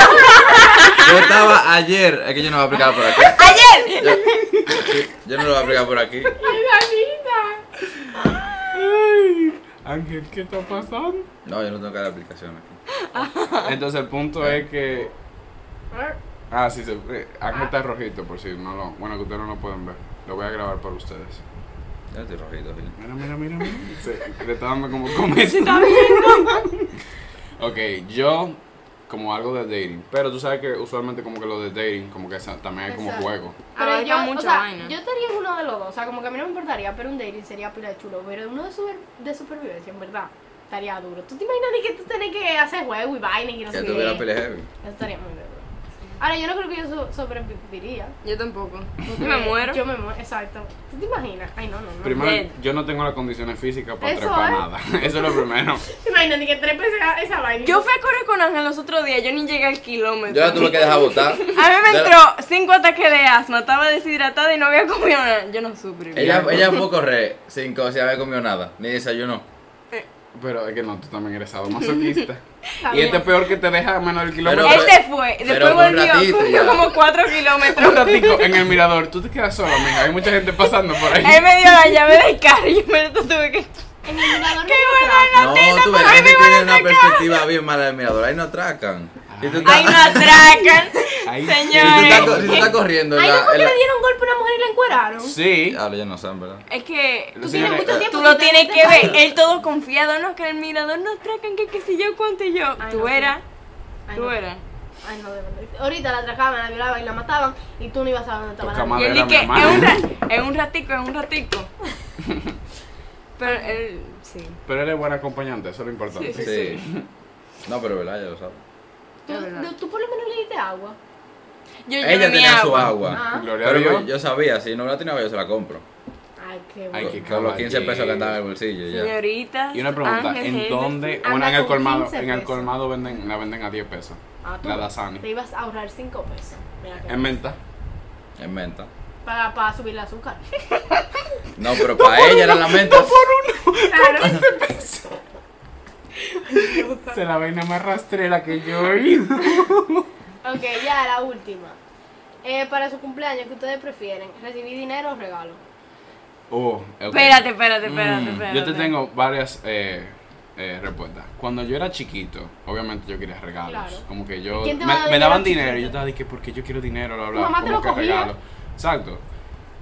Speaker 3: Yo estaba ayer. Es que yo no voy a aplicar por aquí.
Speaker 4: ¡Ayer!
Speaker 3: Yo, yo no lo voy a aplicar por aquí.
Speaker 1: Ay, Ángel, ¿qué está pasando?
Speaker 3: No, yo no tengo que dar aplicación aquí.
Speaker 1: Entonces el punto es que... Ah, sí, se, eh, Ángel está rojito, por si no lo... Bueno, que ustedes no lo pueden ver. Lo voy a grabar por ustedes.
Speaker 3: Yo estoy rojito, Gil.
Speaker 1: Mira, mira, mira, mira. Se- le está dando como comezón. ok, yo como algo de dating. Pero tú sabes que usualmente como que lo de dating, como que esa- también hay como
Speaker 2: Exacto.
Speaker 1: juego.
Speaker 2: Pero
Speaker 4: Abarca
Speaker 2: yo, o
Speaker 4: Ah, mucha
Speaker 2: sea,
Speaker 4: vaina.
Speaker 2: yo estaría en uno de los dos. O sea, como que a mí no me importaría, pero un dating sería pila de chulo. Pero uno de, super- de supervivencia, en verdad, estaría duro. ¿Tú te imaginas de que tú tenés que hacer juego y vaina y no
Speaker 3: Que
Speaker 2: sé
Speaker 3: tuviera
Speaker 2: qué?
Speaker 3: pele heavy.
Speaker 2: Eso estaría muy duro. Ahora, yo no creo que yo so- sobreviviría.
Speaker 4: Yo tampoco.
Speaker 2: porque
Speaker 4: Me muero.
Speaker 2: Yo me muero, exacto. ¿Tú te imaginas? Ay, no, no, no.
Speaker 1: Primero,
Speaker 4: Bien.
Speaker 1: yo no tengo las condiciones físicas para
Speaker 2: Eso
Speaker 1: trepar
Speaker 2: es.
Speaker 1: nada. Eso es lo primero.
Speaker 2: ¿Te imaginas de que trepes esa, esa vaina?
Speaker 4: Yo fui a correr con Ángel los otros días, yo ni llegué al kilómetro.
Speaker 3: Yo la tuve que dejar botar.
Speaker 4: A mí
Speaker 3: Yo
Speaker 4: me
Speaker 3: la-
Speaker 4: entró cinco ataques de asma, estaba deshidratada y no había comido nada. Yo no sufrí.
Speaker 3: Ella, ella fue a correr sin, co- sin haber comido nada, ni desayunó.
Speaker 1: Pero es que no, tú también eres sadomasoquista. y
Speaker 2: También.
Speaker 1: este es peor que te deja menos el kilómetro.
Speaker 3: Pero-
Speaker 4: Él se Este fue, y después
Speaker 3: pero fue un ratito
Speaker 4: volvió,
Speaker 3: ya.
Speaker 4: corrió como cuatro
Speaker 1: un
Speaker 4: kilómetros.
Speaker 1: ratico en el mirador, tú te quedas sola, mija. Hay mucha gente pasando por ahí.
Speaker 4: Él me dio la llave del carro y yo me lo tuve que...
Speaker 2: En el mirador
Speaker 4: ¡Qué
Speaker 2: no me
Speaker 4: bueno
Speaker 2: trago.
Speaker 4: la
Speaker 3: No,
Speaker 4: teta,
Speaker 3: tú
Speaker 4: pero
Speaker 3: ves,
Speaker 4: ahí
Speaker 3: la
Speaker 4: me
Speaker 3: gente
Speaker 4: iban a
Speaker 3: tiene una
Speaker 4: atracar.
Speaker 3: perspectiva bien mala del mirador. Ahí no atracan.
Speaker 1: Ah,
Speaker 3: Y tú estás,
Speaker 4: Ahí no atracan,
Speaker 1: Ahí sí.
Speaker 3: y tú estás
Speaker 4: señores.
Speaker 3: co- si tú estás corriendo en
Speaker 2: Ay, no
Speaker 3: la.
Speaker 2: fue
Speaker 3: en
Speaker 2: que
Speaker 3: la-
Speaker 2: le dieron un golpe a una mujer y la encueraron.
Speaker 1: Sí.
Speaker 3: Ahora ya no saben, ¿verdad?
Speaker 4: Es que
Speaker 1: Los
Speaker 2: Tú
Speaker 1: señores-
Speaker 2: tienes mucho tiempo.
Speaker 4: tú lo
Speaker 2: sin
Speaker 4: tienes
Speaker 2: tenerte
Speaker 4: que ver.
Speaker 2: baño.
Speaker 4: Él todo confiado, no, que en el mirador no atracan, que qué sé yo cuánto y yo.
Speaker 2: Ay, no,
Speaker 4: Tú eras,
Speaker 2: Ay,
Speaker 4: tú
Speaker 2: no.
Speaker 4: eras.
Speaker 2: Ay, no, de verdad. Ahorita la atracaban, la violaban y la mataban y tú no ibas a dónde
Speaker 1: Toca
Speaker 2: estaban.
Speaker 1: madera.
Speaker 4: Y
Speaker 1: Madera,
Speaker 4: él dije,
Speaker 1: mi
Speaker 4: es
Speaker 1: hermano".
Speaker 4: un, ra- es un ratico, es un ratico. Pero él, sí.
Speaker 1: Pero eres buena acompañante, eso es lo importante.
Speaker 4: Sí,
Speaker 3: Sí. No, pero verdad, ya lo saben.
Speaker 2: Tú, tú- tú por lo menos le diste agua.
Speaker 4: Yo llevé
Speaker 3: Ella
Speaker 4: mi
Speaker 3: tenía su
Speaker 4: agua.
Speaker 3: agua.
Speaker 2: Ah.
Speaker 1: Gloria a
Speaker 3: Pero
Speaker 1: Dios.
Speaker 3: yo, yo sabía, si no la tenía, yo se la compro.
Speaker 2: Ay, qué
Speaker 1: Ay,
Speaker 2: bueno.
Speaker 1: qué
Speaker 3: Con los 15 pesos que estaban en el bolsillo. Ya.
Speaker 4: Señoritas.
Speaker 1: Y una pregunta, ¿en
Speaker 4: Ángel Henderson.
Speaker 1: dónde?
Speaker 2: Anda
Speaker 1: Bueno, en el
Speaker 2: con
Speaker 1: colmado,
Speaker 2: 15
Speaker 1: en el
Speaker 2: pesos.
Speaker 1: colmado venden, la venden a 10 pesos.
Speaker 2: Ah, tú
Speaker 1: La Dasani.
Speaker 2: Te ibas a ahorrar 5 pesos. Mira que-
Speaker 1: En menta.
Speaker 3: En menta.
Speaker 2: Para, para subir el azúcar.
Speaker 3: No, pero para ella eran las mentas.
Speaker 2: Claro.
Speaker 1: Se la vaina más rastrera que yo he oído.
Speaker 2: ok, ya la última. Eh, para su cumpleaños, ¿qué ustedes prefieren? ¿Recibir dinero o regalo?
Speaker 1: Oh, ok.
Speaker 4: Espérate, espérate, espérate,
Speaker 1: Mm,
Speaker 4: espérate.
Speaker 1: Yo te tengo varias eh, eh, respuestas. Cuando yo era chiquito, obviamente yo quería regalos.
Speaker 2: Claro.
Speaker 1: Como que yo.
Speaker 2: ¿Quién te va a
Speaker 1: me,
Speaker 2: dar
Speaker 1: me
Speaker 2: dinero
Speaker 1: daban
Speaker 2: chiquito?
Speaker 1: dinero y yo estaba de que porque yo quiero dinero, bla, bla.
Speaker 2: mamá te
Speaker 1: como
Speaker 2: lo
Speaker 1: que
Speaker 2: cogía?
Speaker 1: regalo. Exacto.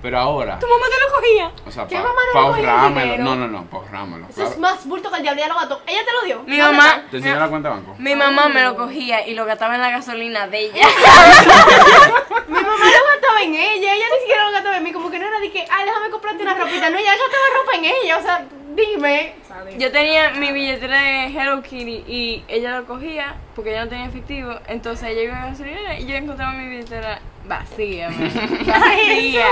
Speaker 1: Pero ahora,
Speaker 4: Tu mamá te lo cogía.
Speaker 1: o sea,
Speaker 2: ¿Qué
Speaker 1: para
Speaker 2: mamá no
Speaker 1: pa
Speaker 2: le cogía el
Speaker 1: ahorrármelo.
Speaker 2: dinero?
Speaker 1: No, no, no, para ahorrármelo.
Speaker 2: Eso
Speaker 1: claro.
Speaker 2: es Ah. más bulto que el diablo de los gatos. Ella te lo dio.
Speaker 4: Mi
Speaker 2: ¿Dónde
Speaker 4: mamá-
Speaker 2: está?
Speaker 1: ¿Te enseñó la cuenta de banco?
Speaker 4: Mi mamá me lo cogía y lo gastaba en la gasolina de ella.
Speaker 2: Mi mamá lo gastaba en ella, ella ni siquiera lo gastaba en mí, como que no era de que, ay, déjame comprarte una ropita, no, ella gastaba ropa en ella, o sea, dime.
Speaker 4: Yo tenía mi billetera de Hello Kitty y ella lo cogía porque ella no tenía efectivo. Entonces ella iba a la gasolinera y yo encontraba mi billetera vacía. man. Vacía.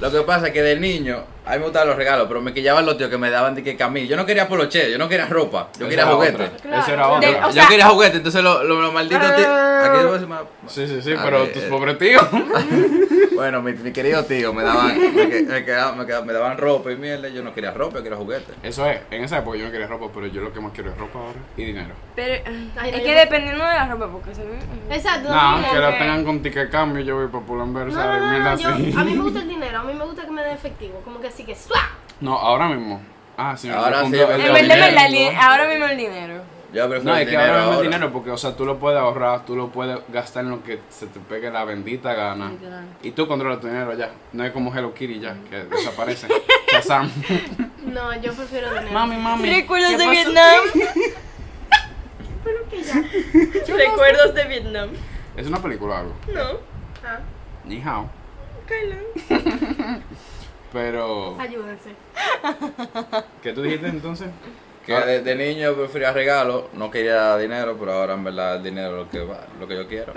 Speaker 3: Lo que pasa es que de niño, a mí me gustaban los regalos, pero me quillaban los tíos que me daban de que camil. Yo no quería poloche, yo no quería ropa, yo
Speaker 1: Esa
Speaker 3: quería Ah,
Speaker 1: era
Speaker 3: juguete.
Speaker 1: otra.
Speaker 2: Claro.
Speaker 1: Eso era
Speaker 2: De-
Speaker 1: otra.
Speaker 4: o sea-
Speaker 3: yo quería juguete, entonces los lo, lo malditos tíos. Aquí voy a decir más-
Speaker 1: Sí, sí, sí,
Speaker 3: Ah,
Speaker 1: pero
Speaker 3: eh,
Speaker 1: tus
Speaker 3: eh.
Speaker 1: pobres tíos.
Speaker 3: Bueno, mi, mi querido tío me daban, me, que- me quedaba- me quedaba- me daban ropa y mierda. Yo no quería ropa, yo quería juguete.
Speaker 1: Eso es, en esa época yo no quería ropa, pero yo lo que más quiero es ropa ahora y dinero.
Speaker 4: Pero
Speaker 2: Ay, no,
Speaker 4: es
Speaker 2: yo
Speaker 4: que
Speaker 2: no-
Speaker 4: dependiendo de la ropa, porque se me-
Speaker 2: Exacto,
Speaker 1: No,
Speaker 2: mira.
Speaker 1: que
Speaker 4: la-
Speaker 1: la tengan con ticket de cambio, yo voy para Pull&Bear,
Speaker 2: no,
Speaker 1: ¿sabes?
Speaker 2: no, no,
Speaker 1: Mierda
Speaker 2: no, yo,
Speaker 1: así.
Speaker 2: a mí me gusta el dinero, a mí me gusta que me den efectivo, como que así que, ¡sua!
Speaker 1: No, ahora mismo. Ah, sí,
Speaker 3: Ahora
Speaker 1: el
Speaker 3: sí,
Speaker 1: punto-
Speaker 3: es
Speaker 4: En
Speaker 3: El
Speaker 4: verdad, en
Speaker 3: dinero,
Speaker 4: verdad, el di- ahora mismo el dinero.
Speaker 3: Yo prefiero
Speaker 1: No,
Speaker 3: el
Speaker 1: es que
Speaker 3: dinero
Speaker 1: ahora no es
Speaker 3: ahora.
Speaker 1: dinero porque, o sea, tú lo puedes ahorrar, tú lo puedes gastar en lo que se te pegue la bendita gana.
Speaker 4: Literal.
Speaker 1: Y tú controlas tu dinero ya. No es como Hello Kitty ya, que desaparece. Shazam.
Speaker 2: No, yo prefiero dinero.
Speaker 1: mami, mami.
Speaker 4: Recuerdos
Speaker 1: ¿qué
Speaker 4: de
Speaker 1: pasó?
Speaker 4: Vietnam. Recuerdos de Vietnam.
Speaker 1: Es una película o algo.
Speaker 4: No.
Speaker 2: Ah,
Speaker 1: Ni hao. Pero,
Speaker 2: ayúdense.
Speaker 1: ¿qué tú dijiste entonces?
Speaker 3: Que de, de niño prefería regalo, no quería dinero, pero ahora en verdad el dinero es lo que, va- lo que yo quiero.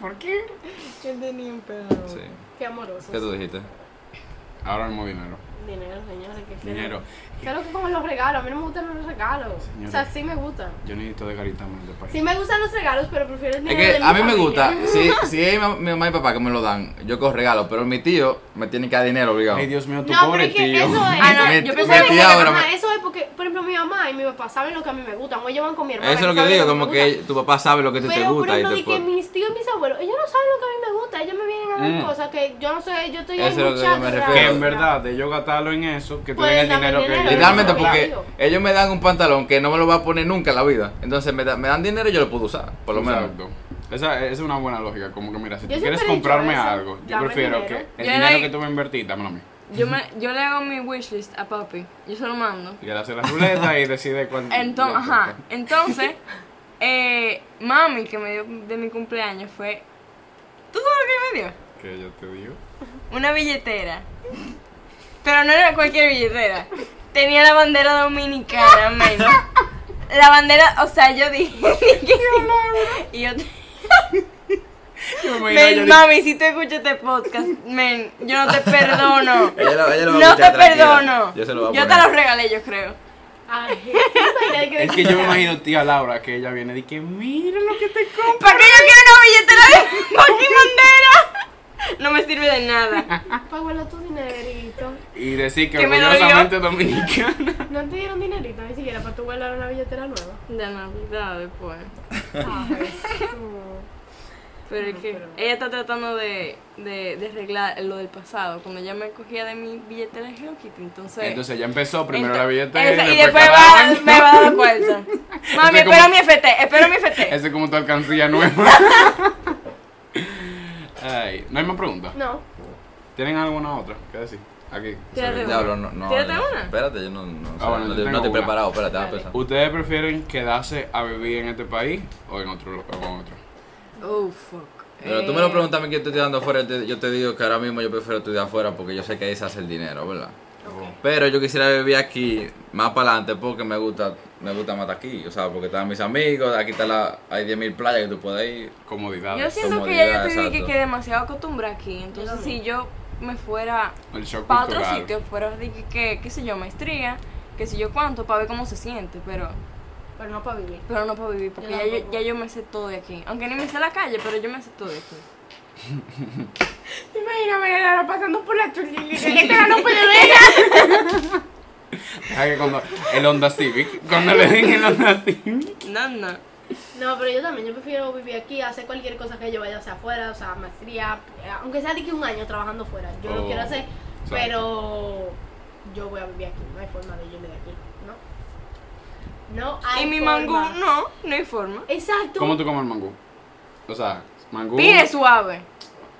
Speaker 1: ¿Por qué?
Speaker 4: Yo tenía un pedo.
Speaker 3: Sí.
Speaker 2: Qué amorosos.
Speaker 3: ¿Qué tú dijiste?
Speaker 1: Ahora mismo dinero.
Speaker 2: Dinero, señores. ¿qué quieren?
Speaker 1: Dinero.
Speaker 2: Claro que como los regalos, a mí no me gustan los regalos. O sea,
Speaker 1: Señores.
Speaker 2: sí me gustan.
Speaker 1: Yo necesito de garita más de país.
Speaker 2: Sí me gustan los regalos, pero prefiero el
Speaker 3: Es
Speaker 2: dinero. de
Speaker 3: que
Speaker 2: mi
Speaker 3: a mí me
Speaker 2: familia.
Speaker 3: gusta, si, si es mi mi mamá y papá que me lo dan, yo cojo regalo, pero mi tío me tiene que dar dinero obligado.
Speaker 1: Ay, Dios mío, tu
Speaker 2: No, pero
Speaker 1: pobre
Speaker 2: es que
Speaker 1: tío.
Speaker 2: eso es.
Speaker 4: Ah, no,
Speaker 3: Mi-
Speaker 4: yo
Speaker 2: Tú
Speaker 4: pensaba
Speaker 2: sabes
Speaker 3: mi
Speaker 2: que
Speaker 3: tía
Speaker 2: mi
Speaker 3: ahora
Speaker 2: mamá-
Speaker 3: me-
Speaker 2: eso es porque, por ejemplo, mi mamá y mi papá saben lo que a mí me gusta. O ellos van con mi hermana.
Speaker 3: Eso es lo que
Speaker 2: saben
Speaker 3: digo,
Speaker 2: me
Speaker 3: como
Speaker 2: gusta.
Speaker 3: que tú papá sabe lo que a ti
Speaker 2: Pero,
Speaker 3: te
Speaker 2: por
Speaker 3: gusta y
Speaker 2: ejemplo,
Speaker 3: te
Speaker 2: de que
Speaker 3: puede- Eh.
Speaker 2: mis tíos y mis abuelos, ellos no saben lo que a mí me gusta. Ellos me vienen a dar
Speaker 1: Mm.
Speaker 2: cosas que yo no sé, yo estoy
Speaker 3: Eso es
Speaker 2: en
Speaker 3: lo que yo
Speaker 2: mucha
Speaker 3: me
Speaker 2: rara-
Speaker 1: Que
Speaker 3: refiero.
Speaker 1: en verdad, de yo gastarlo en eso, que te
Speaker 2: Pues,
Speaker 1: den el
Speaker 2: dame
Speaker 1: dinero que
Speaker 2: dinero.
Speaker 1: yo-
Speaker 3: Literalmente
Speaker 2: Claro.
Speaker 3: porque
Speaker 2: Claro.
Speaker 3: ellos me dan un pantalón que no me lo va a poner nunca en la vida. Entonces me, da- me dan dinero y yo lo puedo usar, por lo menos.
Speaker 1: Exacto. Esa, esa es una buena lógica, como que mira, si
Speaker 2: Yo
Speaker 1: tú
Speaker 2: siempre
Speaker 1: quieres
Speaker 2: he dicho
Speaker 1: comprarme
Speaker 2: eso,
Speaker 1: algo, yo
Speaker 2: dame
Speaker 1: prefiero
Speaker 2: dinero.
Speaker 1: que el
Speaker 4: Yo
Speaker 1: dinero
Speaker 4: le-
Speaker 1: que tú me invertís, dámelo a mí.
Speaker 4: Yo, me, yo le hago mi wishlist a papi. Yo se lo mando.
Speaker 1: Y él hace la ruleta y decide cuál.
Speaker 4: Entonces,
Speaker 1: lo que-
Speaker 4: ajá. Entonces, eh, mami que me dio de mi cumpleaños fue. ¿Tú sabes lo que me dio?
Speaker 1: Que yo te digo.
Speaker 4: Una billetera. Pero no era cualquier billetera. Tenía la bandera dominicana, men. La bandera, o sea, yo dije. y yo. Men, mami, si tú escuchas este podcast, men, yo no te perdono.
Speaker 3: Ella lo- ella lo va a
Speaker 4: No te
Speaker 3: escuchar tranquila.
Speaker 4: perdono.
Speaker 3: Yo se lo voy a
Speaker 4: Yo te
Speaker 3: poner.
Speaker 4: los regalé, yo creo.
Speaker 2: Ay, imagínate que-
Speaker 1: Es que yo me imagino tía Laura que ella viene y que mira lo que te compro.
Speaker 4: ¿Para qué yo quiero una billetera de fucking bandera? No me sirve de nada.
Speaker 2: Pagualo tu dinerito.
Speaker 1: Y decir que
Speaker 4: Que me
Speaker 1: orgullosamente dominicana.
Speaker 2: No te dieron dinerito ni siquiera para tu guardar una billetera nueva.
Speaker 4: De Navidad pues. después.
Speaker 2: Ay,
Speaker 4: Pero es que ella está tratando de, de, de arreglar lo del pasado. Cuando ella me cogía de mi billetera de Hello Kitty, entonces.
Speaker 1: Entonces ya empezó primero
Speaker 4: Ento-
Speaker 1: la billetera.
Speaker 4: esa- y
Speaker 1: después
Speaker 4: después
Speaker 1: cada
Speaker 4: va,
Speaker 1: año.
Speaker 4: me va a dar cuenta. Mami,
Speaker 1: Ese como-
Speaker 4: espero mi FT, espero mi FT.
Speaker 1: Ese es como tu alcancía nueva. Ay, no hay más preguntas.
Speaker 2: no.
Speaker 1: ¿Tienen alguna otra? ¿Qué decir? Aquí.
Speaker 4: Tírate una.
Speaker 3: Diablo, no, no,
Speaker 4: Tírate
Speaker 3: no,
Speaker 4: una.
Speaker 3: Espérate, yo no, no, sé,
Speaker 1: Ah, bueno,
Speaker 3: no
Speaker 1: yo
Speaker 3: te- no
Speaker 1: tengo
Speaker 3: estoy
Speaker 1: una.
Speaker 3: preparado, espérate, ah, déjame pensar.
Speaker 1: ¿Ustedes prefieren quedarse a vivir en este país o en otro lo- o en otro?
Speaker 4: Oh, fuck.
Speaker 3: Pero tú me
Speaker 4: Eh.
Speaker 3: lo preguntas a mí que yo estoy estudiando afuera, yo te- yo te digo que ahora mismo yo prefiero estudiar afuera porque yo sé que ahí se hace el dinero, ¿verdad? Pero yo quisiera vivir aquí más para adelante porque me gusta, me gusta más estar aquí, o sea, porque están mis amigos, aquí está la, hay 10.000 playas que tú puedes ir.
Speaker 1: Comodidad.
Speaker 4: Yo siento que
Speaker 3: comodidad,
Speaker 4: ya yo te dije que
Speaker 3: exacto.
Speaker 4: quedé demasiado acostumbrada aquí. Entonces, si yo me fuera
Speaker 1: El shock
Speaker 4: para otro
Speaker 1: cultural.
Speaker 4: sitio, fuera de que, que, qué sé yo, maestría, qué sé yo cuánto, para ver cómo se siente, pero
Speaker 2: Pero no para vivir.
Speaker 4: pero no para vivir, porque
Speaker 2: Yo
Speaker 4: ya, yo,
Speaker 2: tampoco.
Speaker 4: ya yo me sé todo de aquí. Aunque ni me sé la calle, pero yo me sé todo de aquí.
Speaker 2: Imagíname ahora pasando por la chulilita. Que te ganó pelea.
Speaker 1: Deja que cuando el Honda Civic, cuando le den el Honda Civic.
Speaker 4: No, no.
Speaker 2: No, pero yo también, yo prefiero vivir aquí, hacer cualquier cosa que yo vaya hacia afuera, o sea, maestría, eh, aunque sea de que un año trabajando fuera, yo
Speaker 1: Oh,
Speaker 2: lo quiero hacer,
Speaker 1: exacto.
Speaker 2: pero yo voy a vivir aquí, no hay forma de irme de aquí, ¿no? No hay
Speaker 4: y mi
Speaker 2: forma.
Speaker 4: mangú, no, no hay forma.
Speaker 1: Uh.
Speaker 2: Exacto.
Speaker 1: ¿Cómo tú comes el mangú? O sea, mangú.
Speaker 4: Pide suave.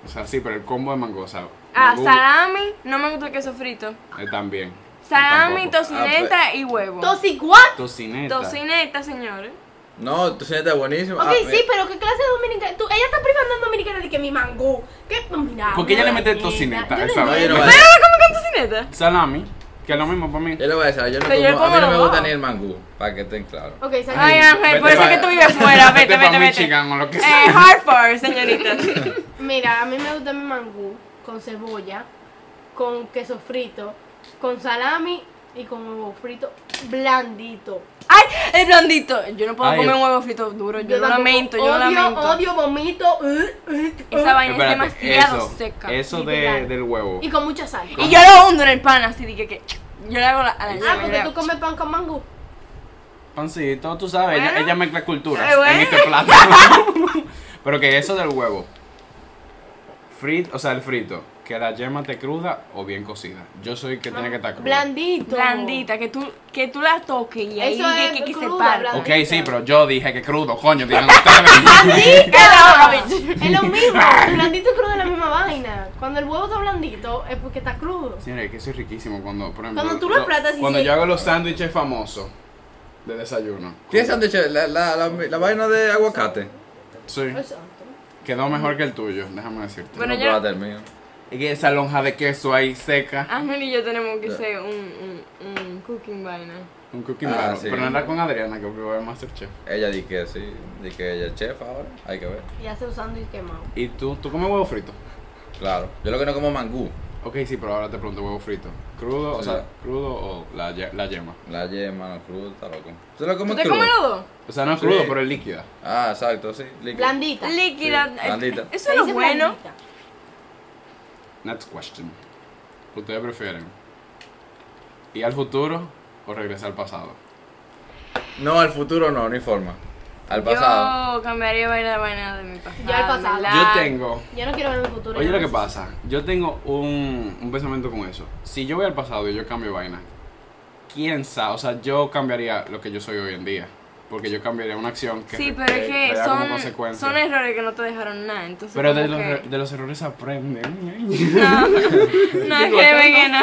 Speaker 1: O sea, sí, pero el combo de mangú, o sea.
Speaker 4: Ah,
Speaker 1: mangú,
Speaker 4: salami, no me gusta el queso frito.
Speaker 1: eh, también.
Speaker 4: Salami,
Speaker 1: Tampoco. Ah, pues.
Speaker 4: tocineta y huevo.
Speaker 2: ¿Tosiguat?
Speaker 1: Tocineta.
Speaker 4: Tocineta, señores.
Speaker 3: No, tú sientes buenísimo.
Speaker 2: Ok,
Speaker 3: Ah,
Speaker 2: sí,
Speaker 3: eh,
Speaker 2: pero ¿qué clase de dominicana? Tú, ella está privando al dominicano de que mi mangú, que dominicana.
Speaker 1: Porque ella le mete tocineta,
Speaker 2: Yo
Speaker 1: esa
Speaker 2: no
Speaker 3: No, yo
Speaker 2: entiendo.
Speaker 3: no voy a decir,
Speaker 4: Ah, ¿Cómo con tocineta?
Speaker 1: Salami, que es lo mismo para mí.
Speaker 3: yo le voy a decir, yo no
Speaker 4: Pero yo
Speaker 3: como- a mí
Speaker 4: como
Speaker 3: no me
Speaker 4: lo
Speaker 3: gusta
Speaker 4: hago.
Speaker 3: ni el mangú, para que estén claros.
Speaker 2: Ok, exacto.
Speaker 4: Ay, Ángel, por
Speaker 1: Vete
Speaker 4: eso
Speaker 1: pa-
Speaker 4: que tú vives fuera. Vete,
Speaker 1: Este pa'
Speaker 4: vete, vete.
Speaker 1: Michigan o lo que sea.
Speaker 4: Eh, Hartford, señorita.
Speaker 2: Mira, a mí me gusta mi mangú con cebolla, con queso frito, con salami y con huevo frito blandito.
Speaker 4: Ay, el blandito. Yo no puedo
Speaker 1: Ay,
Speaker 4: comer
Speaker 1: el-
Speaker 4: un huevo frito duro. Yo, lo
Speaker 2: tampoco-
Speaker 4: lamento, yo lo
Speaker 2: odio,
Speaker 4: lamento.
Speaker 2: Odio, vomito. uh, uh,
Speaker 4: Esa
Speaker 2: uh,
Speaker 4: vaina es
Speaker 1: Espérate,
Speaker 4: demasiado
Speaker 1: eso,
Speaker 4: seca.
Speaker 1: Eso de,
Speaker 2: literal.
Speaker 1: del huevo.
Speaker 2: Y con mucha sal.
Speaker 4: Y yo lo hundo en el pan, así dije que. Yo le hago la. a la
Speaker 2: Ah,
Speaker 4: llama, yo le
Speaker 2: porque tú
Speaker 4: hago-
Speaker 2: comes pan con mangú.
Speaker 1: Pancito, tú sabes, ella,
Speaker 4: Bueno.
Speaker 1: ella mezcla culturas
Speaker 4: Eh, bueno.
Speaker 1: en este plato. Pero que eso del huevo. Frito, o sea, el frito, que la yema te cruda o bien cocida. Yo soy que tiene que estar cruda.
Speaker 2: Blandito.
Speaker 4: Blandita, que tú, que tú la toques y ahí
Speaker 2: Eso
Speaker 4: que,
Speaker 2: es
Speaker 4: que, que se
Speaker 2: cruda,
Speaker 4: parta.
Speaker 2: blandita.
Speaker 1: Ok, sí, pero yo dije que crudo, coño, digan ustedes.
Speaker 2: ¡Blandita!
Speaker 4: Qué loca,
Speaker 2: es lo mismo. Blandito y crudo es la misma vaina. Cuando el huevo está blandito es porque está crudo.
Speaker 1: Señores, que eso es riquísimo cuando, por ejemplo,
Speaker 2: Cuando tú lo
Speaker 1: yo-
Speaker 2: aplatas y
Speaker 1: Cuando
Speaker 2: se-
Speaker 1: yo hago los sándwiches famosos de desayuno.
Speaker 3: ¿Qué sándwich? es? La, la, la, la vaina de aguacate.
Speaker 1: Sí,
Speaker 2: Exacto.
Speaker 1: quedó mejor que el tuyo, déjame decirte.
Speaker 4: Bueno,
Speaker 3: no
Speaker 4: yo-
Speaker 3: probaste el mío.
Speaker 1: Y que esa lonja de queso ahí seca,
Speaker 4: Ángel y yo tenemos que hacer un, un, un cooking vaina.
Speaker 1: un cookie
Speaker 3: Ah,
Speaker 1: barro.
Speaker 3: sí.
Speaker 1: Pero no era con Adriana que probó el Masterchef.
Speaker 3: Ella dice que sí, dice que ella es chef ahora, hay que ver.
Speaker 2: Y hace un sándwich quemado.
Speaker 1: ¿Y tú, tú comes huevo frito?
Speaker 3: Claro. Yo lo que no como es mangú,
Speaker 1: Ok, sí, pero ahora te pregunto huevo frito. ¿Crudo, o
Speaker 3: Sí.
Speaker 1: sea, crudo o la, ye- la yema?
Speaker 3: la yema, la cruz, está loco. ¿Tú lo
Speaker 4: ¿Tú
Speaker 3: comes
Speaker 4: te
Speaker 3: crudo?
Speaker 4: comes los dos?
Speaker 1: O sea, no es
Speaker 3: Sí.
Speaker 1: crudo, pero es líquida.
Speaker 3: Ah, exacto, sí. líquido.
Speaker 2: Blandita.
Speaker 4: Líquida.
Speaker 3: Sí, blandita.
Speaker 4: Eso
Speaker 2: Se
Speaker 4: es lo
Speaker 2: dice
Speaker 4: bueno.
Speaker 2: blandita.
Speaker 1: Next question. ¿Ustedes prefieren ir al futuro o regresar al pasado?
Speaker 3: No, al futuro no, ni forma. Al pasado.
Speaker 4: Yo cambiaría vaina, vaina de mi pasado.
Speaker 2: Yo al pasado.
Speaker 4: ¿verdad?
Speaker 1: Yo tengo.
Speaker 2: Yo no quiero ver el futuro.
Speaker 1: Oye,
Speaker 2: yo
Speaker 1: lo
Speaker 2: no
Speaker 1: que
Speaker 2: sé.
Speaker 1: pasa. Yo tengo un, un pensamiento con eso. Si yo voy al pasado y yo cambio vaina, quién sabe. O sea, yo cambiaría lo que yo soy hoy en día. Porque yo cambiaría una acción que.
Speaker 4: Sí, pero es que
Speaker 1: traiga como
Speaker 4: son,
Speaker 1: consecuencia.
Speaker 4: son errores que no te dejaron nada. Entonces,
Speaker 1: Pero de
Speaker 4: como
Speaker 1: los, er,
Speaker 4: que-
Speaker 1: de los errores ¿eh? se aprenden.
Speaker 4: No, no, créeme que no.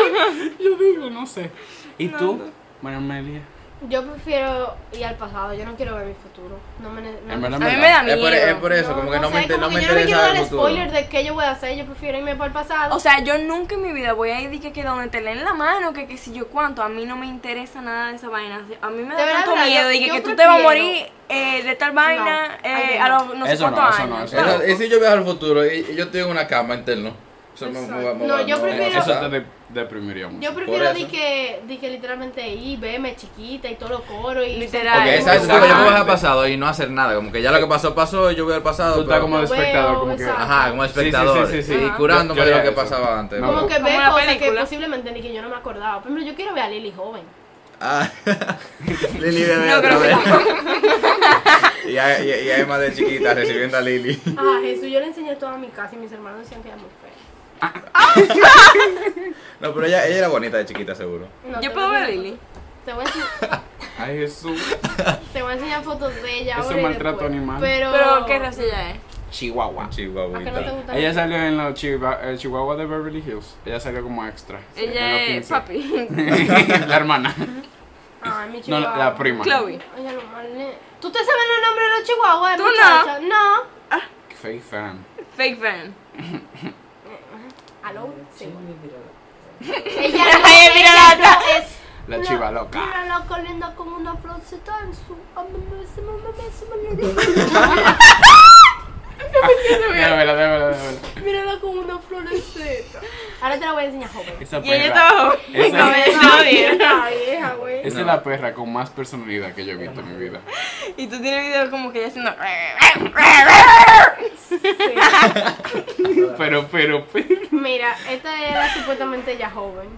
Speaker 1: Yo digo, no sé. ¿Y
Speaker 4: No,
Speaker 1: tú,
Speaker 4: no.
Speaker 1: María Amelia?
Speaker 2: Yo prefiero ir al pasado. Yo no quiero ver mi futuro. No me. ne- no
Speaker 1: En verdad,
Speaker 4: A mí me da
Speaker 3: Es por, es por
Speaker 4: miedo.
Speaker 3: eso, como que no,
Speaker 2: sé,
Speaker 3: me, inter-
Speaker 2: como
Speaker 3: no me
Speaker 2: que yo no me quiero
Speaker 3: interesa
Speaker 2: dar
Speaker 3: el futuro.
Speaker 2: spoiler de qué yo voy a hacer. Yo prefiero irme para el pasado.
Speaker 4: O sea, yo nunca en mi vida voy a ir de que, que donde te leen la mano, que que si yo cuánto, a mí no me interesa nada de esa vaina. A mí me
Speaker 2: De
Speaker 4: da
Speaker 2: verdad,
Speaker 4: tanto
Speaker 2: verdad,
Speaker 4: miedo
Speaker 2: yo-
Speaker 4: de que,
Speaker 2: yo
Speaker 4: que tú te vas a
Speaker 2: prefiero-
Speaker 4: morir eh, de tal vaina
Speaker 2: No,
Speaker 4: eh,
Speaker 2: ay,
Speaker 4: a
Speaker 2: no.
Speaker 4: los no sé
Speaker 1: Eso no,
Speaker 4: cuántos
Speaker 1: eso
Speaker 4: años.
Speaker 1: no, eso
Speaker 4: Claro.
Speaker 1: no.
Speaker 3: Eso- y si yo viajo al futuro y, y yo tengo una cama interna. Eso me- me- me- me-
Speaker 2: No, yo
Speaker 3: me- me-
Speaker 2: prefiero-
Speaker 3: me-
Speaker 1: Eso te de- deprimiría mucho.
Speaker 2: Yo prefiero
Speaker 3: eso.
Speaker 2: di que, di que literalmente ir, verme chiquita y todo lo coro y
Speaker 4: Literal.
Speaker 3: Ok,
Speaker 4: Ay,
Speaker 3: exacto,
Speaker 4: exacto.
Speaker 3: porque yo me voy al pasado y no hacer nada, como que ya lo que pasó, pasó, y yo voy al pasado.
Speaker 1: Tú estás
Speaker 3: Ah, pero-
Speaker 1: como de
Speaker 2: Lo veo,
Speaker 1: espectador, como que.
Speaker 2: exacto.
Speaker 3: Ajá, como
Speaker 1: Sí, sí,
Speaker 3: espectador,
Speaker 1: sí, sí, sí.
Speaker 3: y
Speaker 4: Ajá.
Speaker 3: curándome
Speaker 1: Yo- yo
Speaker 3: de lo que
Speaker 1: haría eso.
Speaker 3: pasaba antes.
Speaker 1: No.
Speaker 2: como que
Speaker 4: Como
Speaker 2: ver
Speaker 4: la
Speaker 2: cosas que
Speaker 4: película.
Speaker 2: posiblemente ni que yo no me acordaba. Por ejemplo, yo quiero ver a Lily joven.
Speaker 3: Ah, Lili bebé
Speaker 4: No
Speaker 3: otra
Speaker 4: creo que
Speaker 3: vez. y, hay, y, hay- y hay más de chiquita recibiendo a Lili.
Speaker 4: Mm.
Speaker 2: Ah, Jesús, yo le enseñé todo a mi casa y mis hermanos decían que era muy fea.
Speaker 3: No, pero ella, ella era bonita de chiquita, seguro.
Speaker 2: No,
Speaker 4: Yo
Speaker 2: te
Speaker 4: puedo
Speaker 2: voy
Speaker 4: ver
Speaker 2: a
Speaker 4: a
Speaker 2: enseñar
Speaker 4: Lili.
Speaker 2: fotos. Te voy, a enseñar,
Speaker 1: Ay, Jesús.
Speaker 2: te voy a enseñar fotos de ella.
Speaker 1: Eso
Speaker 2: ahora
Speaker 1: es
Speaker 2: y
Speaker 1: maltrato
Speaker 2: después.
Speaker 1: animal.
Speaker 2: Pero,
Speaker 4: Pero qué raza ella es.
Speaker 1: Chihuahua.
Speaker 2: ¿A que no te
Speaker 3: Chihuahuita.
Speaker 2: gusta?
Speaker 1: Ella salió en los Chiva- eh, Chihuahua de Beverly Hills. Ella salió como extra. en
Speaker 4: Ella
Speaker 1: los
Speaker 4: es
Speaker 1: 15.
Speaker 4: papi.
Speaker 1: la hermana.
Speaker 2: Ay, mi
Speaker 1: No,
Speaker 2: chihuahua.
Speaker 1: la prima.
Speaker 4: Chloe.
Speaker 2: Ay, lo mal- ¿Tú te sabes los nombres de los chihuahuas?
Speaker 4: Tú
Speaker 2: muchacha? no. No.
Speaker 1: Fake fan.
Speaker 4: Fake fan.
Speaker 2: ¿Aló? Sí. ella no,
Speaker 4: Ay, mira la
Speaker 2: ella no es
Speaker 1: La chiva loca.
Speaker 2: Mira la calenda como una florcita en su.
Speaker 1: Déjamela, déjamela, déjamela.
Speaker 2: Mírala como una florecita. Ahora te la voy a enseñar, joven.
Speaker 1: Esa
Speaker 4: Y ella
Speaker 1: perra.
Speaker 4: estaba joven.
Speaker 1: Esa-
Speaker 4: No, ella estaba bien.
Speaker 2: Está vieja, güey.
Speaker 1: Esa es la perra con más personalidad que yo he visto en mi vida.
Speaker 4: Y tú tienes videos como que ella haciendo.
Speaker 1: Pero, pero, pero.
Speaker 2: Mira, esta era supuestamente ya joven.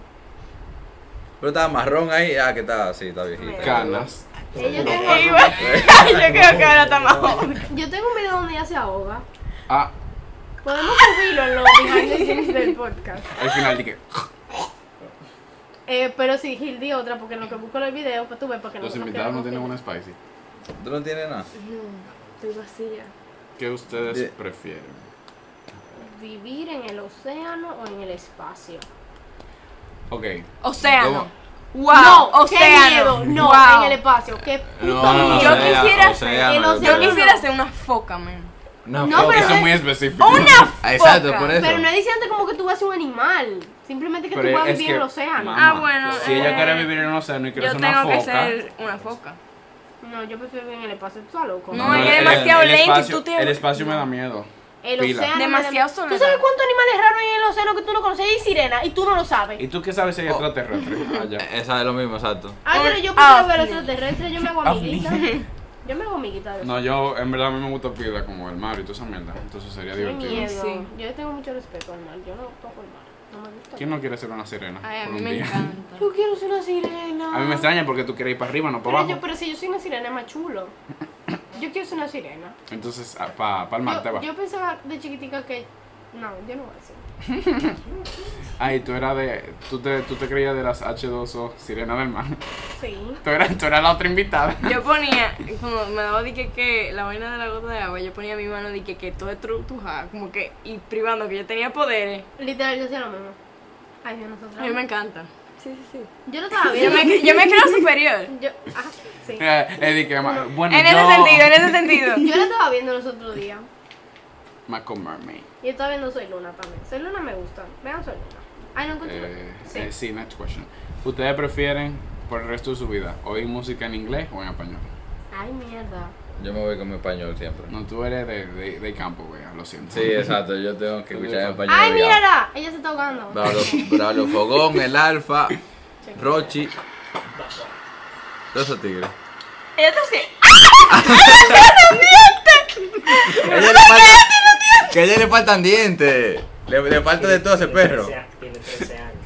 Speaker 3: Pero estaba marrón ahí, ah, que está así, está viejita.
Speaker 1: Canas.
Speaker 2: Ella
Speaker 4: Y
Speaker 2: tengo,
Speaker 4: bueno, Yo creo que ahora está más joven.
Speaker 2: yo tengo un video donde ella se ahoga.
Speaker 1: Ah,
Speaker 2: Podemos subirlo en los behind the scenes del podcast.
Speaker 1: al final dije.
Speaker 2: Eh, pero sí, Gil, di otra, porque en lo que busco en el video, pues tú ves, porque
Speaker 1: Los
Speaker 2: nosotros
Speaker 1: invitados no
Speaker 2: queremos
Speaker 1: tienen
Speaker 2: que-
Speaker 1: una spicy.
Speaker 3: Tú no tienes nada.
Speaker 4: Estoy vacía.
Speaker 1: ¿Qué ustedes
Speaker 3: Bien.
Speaker 1: prefieren?
Speaker 2: ¿Vivir en el océano o en el espacio?
Speaker 1: Ok.
Speaker 4: Océano. Wow,
Speaker 2: no, qué
Speaker 4: océano.
Speaker 2: miedo. No,
Speaker 4: Wow.
Speaker 2: en el espacio. Qué puto
Speaker 1: No, no, no,
Speaker 4: Yo
Speaker 2: miedo.
Speaker 3: Océano,
Speaker 4: quisiera
Speaker 3: océano,
Speaker 2: ser- el
Speaker 3: océano.
Speaker 4: Yo
Speaker 2: no, no.
Speaker 4: quisiera ser una foca, man.
Speaker 3: No,
Speaker 2: No,
Speaker 3: pero-
Speaker 2: pero-
Speaker 1: Eso es muy específico.
Speaker 3: Ah, Exacto,
Speaker 4: foca.
Speaker 3: por eso.
Speaker 2: Pero no es diciendo como que tú vas a ser un animal. Simplemente que tú vas a
Speaker 1: es
Speaker 2: vivir
Speaker 1: que,
Speaker 2: en el océano.
Speaker 1: mamá,
Speaker 4: Ah, bueno,
Speaker 1: Si ella
Speaker 4: eh,
Speaker 1: quiere vivir en el océano y quiere
Speaker 4: Yo
Speaker 1: ser
Speaker 4: tengo
Speaker 1: una
Speaker 4: que
Speaker 1: foca.
Speaker 4: ser una foca.
Speaker 2: Ah, No, yo prefiero vivir en el espacio. Tú estás loco.
Speaker 4: No, es que
Speaker 1: el-
Speaker 4: demasiado
Speaker 1: el
Speaker 4: lento y tú
Speaker 1: espacio-
Speaker 4: te-
Speaker 1: El espacio me da miedo.
Speaker 2: El
Speaker 1: pila.
Speaker 2: océano.
Speaker 4: Demasiado
Speaker 2: madre-
Speaker 4: soledad.
Speaker 2: ¿Tú sabes cuántos animales raros hay en el océano que tú no conoces? Hay sirena y tú no lo sabes.
Speaker 1: ¿Y tú qué sabes si hay
Speaker 3: Oh.
Speaker 1: extraterrestre Ah, allá?
Speaker 3: Esa es lo mismo, exacto.
Speaker 2: Ay, pero yo
Speaker 4: Ah,
Speaker 2: prefiero ver
Speaker 4: sí.
Speaker 2: extraterrestres. Yo me hago
Speaker 1: Ah,
Speaker 2: amiguita. Yo me hago amiguita de eso.
Speaker 1: No, yo en verdad a mí me gusta pila como el mar y toda esa mierda. Entonces sería
Speaker 2: Qué
Speaker 1: divertido.
Speaker 2: miedo.
Speaker 4: Sí.
Speaker 2: Yo le tengo mucho respeto al mar. Yo no toco el mar. No me gusta.
Speaker 1: ¿Quién no quiere ser una sirena?
Speaker 4: Ay, a
Speaker 1: por
Speaker 4: mí
Speaker 1: un
Speaker 4: me
Speaker 1: día?
Speaker 4: encanta.
Speaker 2: Yo quiero ser una sirena.
Speaker 1: A mí me extraña porque tú quieres ir para arriba, no para
Speaker 2: Pero, yo,
Speaker 1: abajo.
Speaker 2: pero si yo soy una sirena es más chulo. Yo quiero ser una sirena.
Speaker 1: Entonces, para el mar te
Speaker 2: Yo,
Speaker 1: va.
Speaker 2: yo pensaba de chiquitica que No, yo no voy a decir.
Speaker 1: Ay, tú eras de. Tú te, tú te creías de las H2O, Sirena del Mar.
Speaker 2: Sí.
Speaker 1: Tú eras, tú eras la otra invitada.
Speaker 4: Yo ponía, como me daba de que, que la vaina de la gota de agua, yo ponía mi mano de que, que todo es trutuja, como que, y privando que yo tenía poderes.
Speaker 2: Literal, yo hacía lo mismo. Ay, Dios, nosotros.
Speaker 4: A mí me encanta. Sí, sí, sí.
Speaker 2: Yo no estaba
Speaker 4: Yo
Speaker 2: bien.
Speaker 4: me, yo me creo superior.
Speaker 2: Yo, ah, sí.
Speaker 1: Eh, eh, di que, ma- bueno,
Speaker 4: En ese
Speaker 1: yo-
Speaker 4: sentido, en ese sentido.
Speaker 2: Yo la estaba viendo los otros días.
Speaker 1: Maco Mermaid.
Speaker 2: Y yo estaba viendo Soy Luna también. Soy Luna me gusta. Vean Soy Luna. Ay, no encontré.
Speaker 1: Eh,
Speaker 2: sí.
Speaker 1: eh, sí, next question. ¿Ustedes prefieren por el resto de su vida oír música en inglés o en español?
Speaker 2: Ay, mierda.
Speaker 3: Yo me voy con mi español siempre.
Speaker 1: No, tú eres de, de, de campo, güey, lo siento.
Speaker 3: Sí, exacto, yo tengo que escuchar en español.
Speaker 2: Ay,
Speaker 3: obligado.
Speaker 2: mírala. Ella se está ahogando.
Speaker 3: Braulio, Braulio Fogón, el Alfa, Rochi. Todos esos tigres.
Speaker 4: Ella te hacía-
Speaker 3: Que a ella le faltan- que a ella le faltan dientes. Le, le falta de todo a ese perro.
Speaker 5: Tiene 13 años.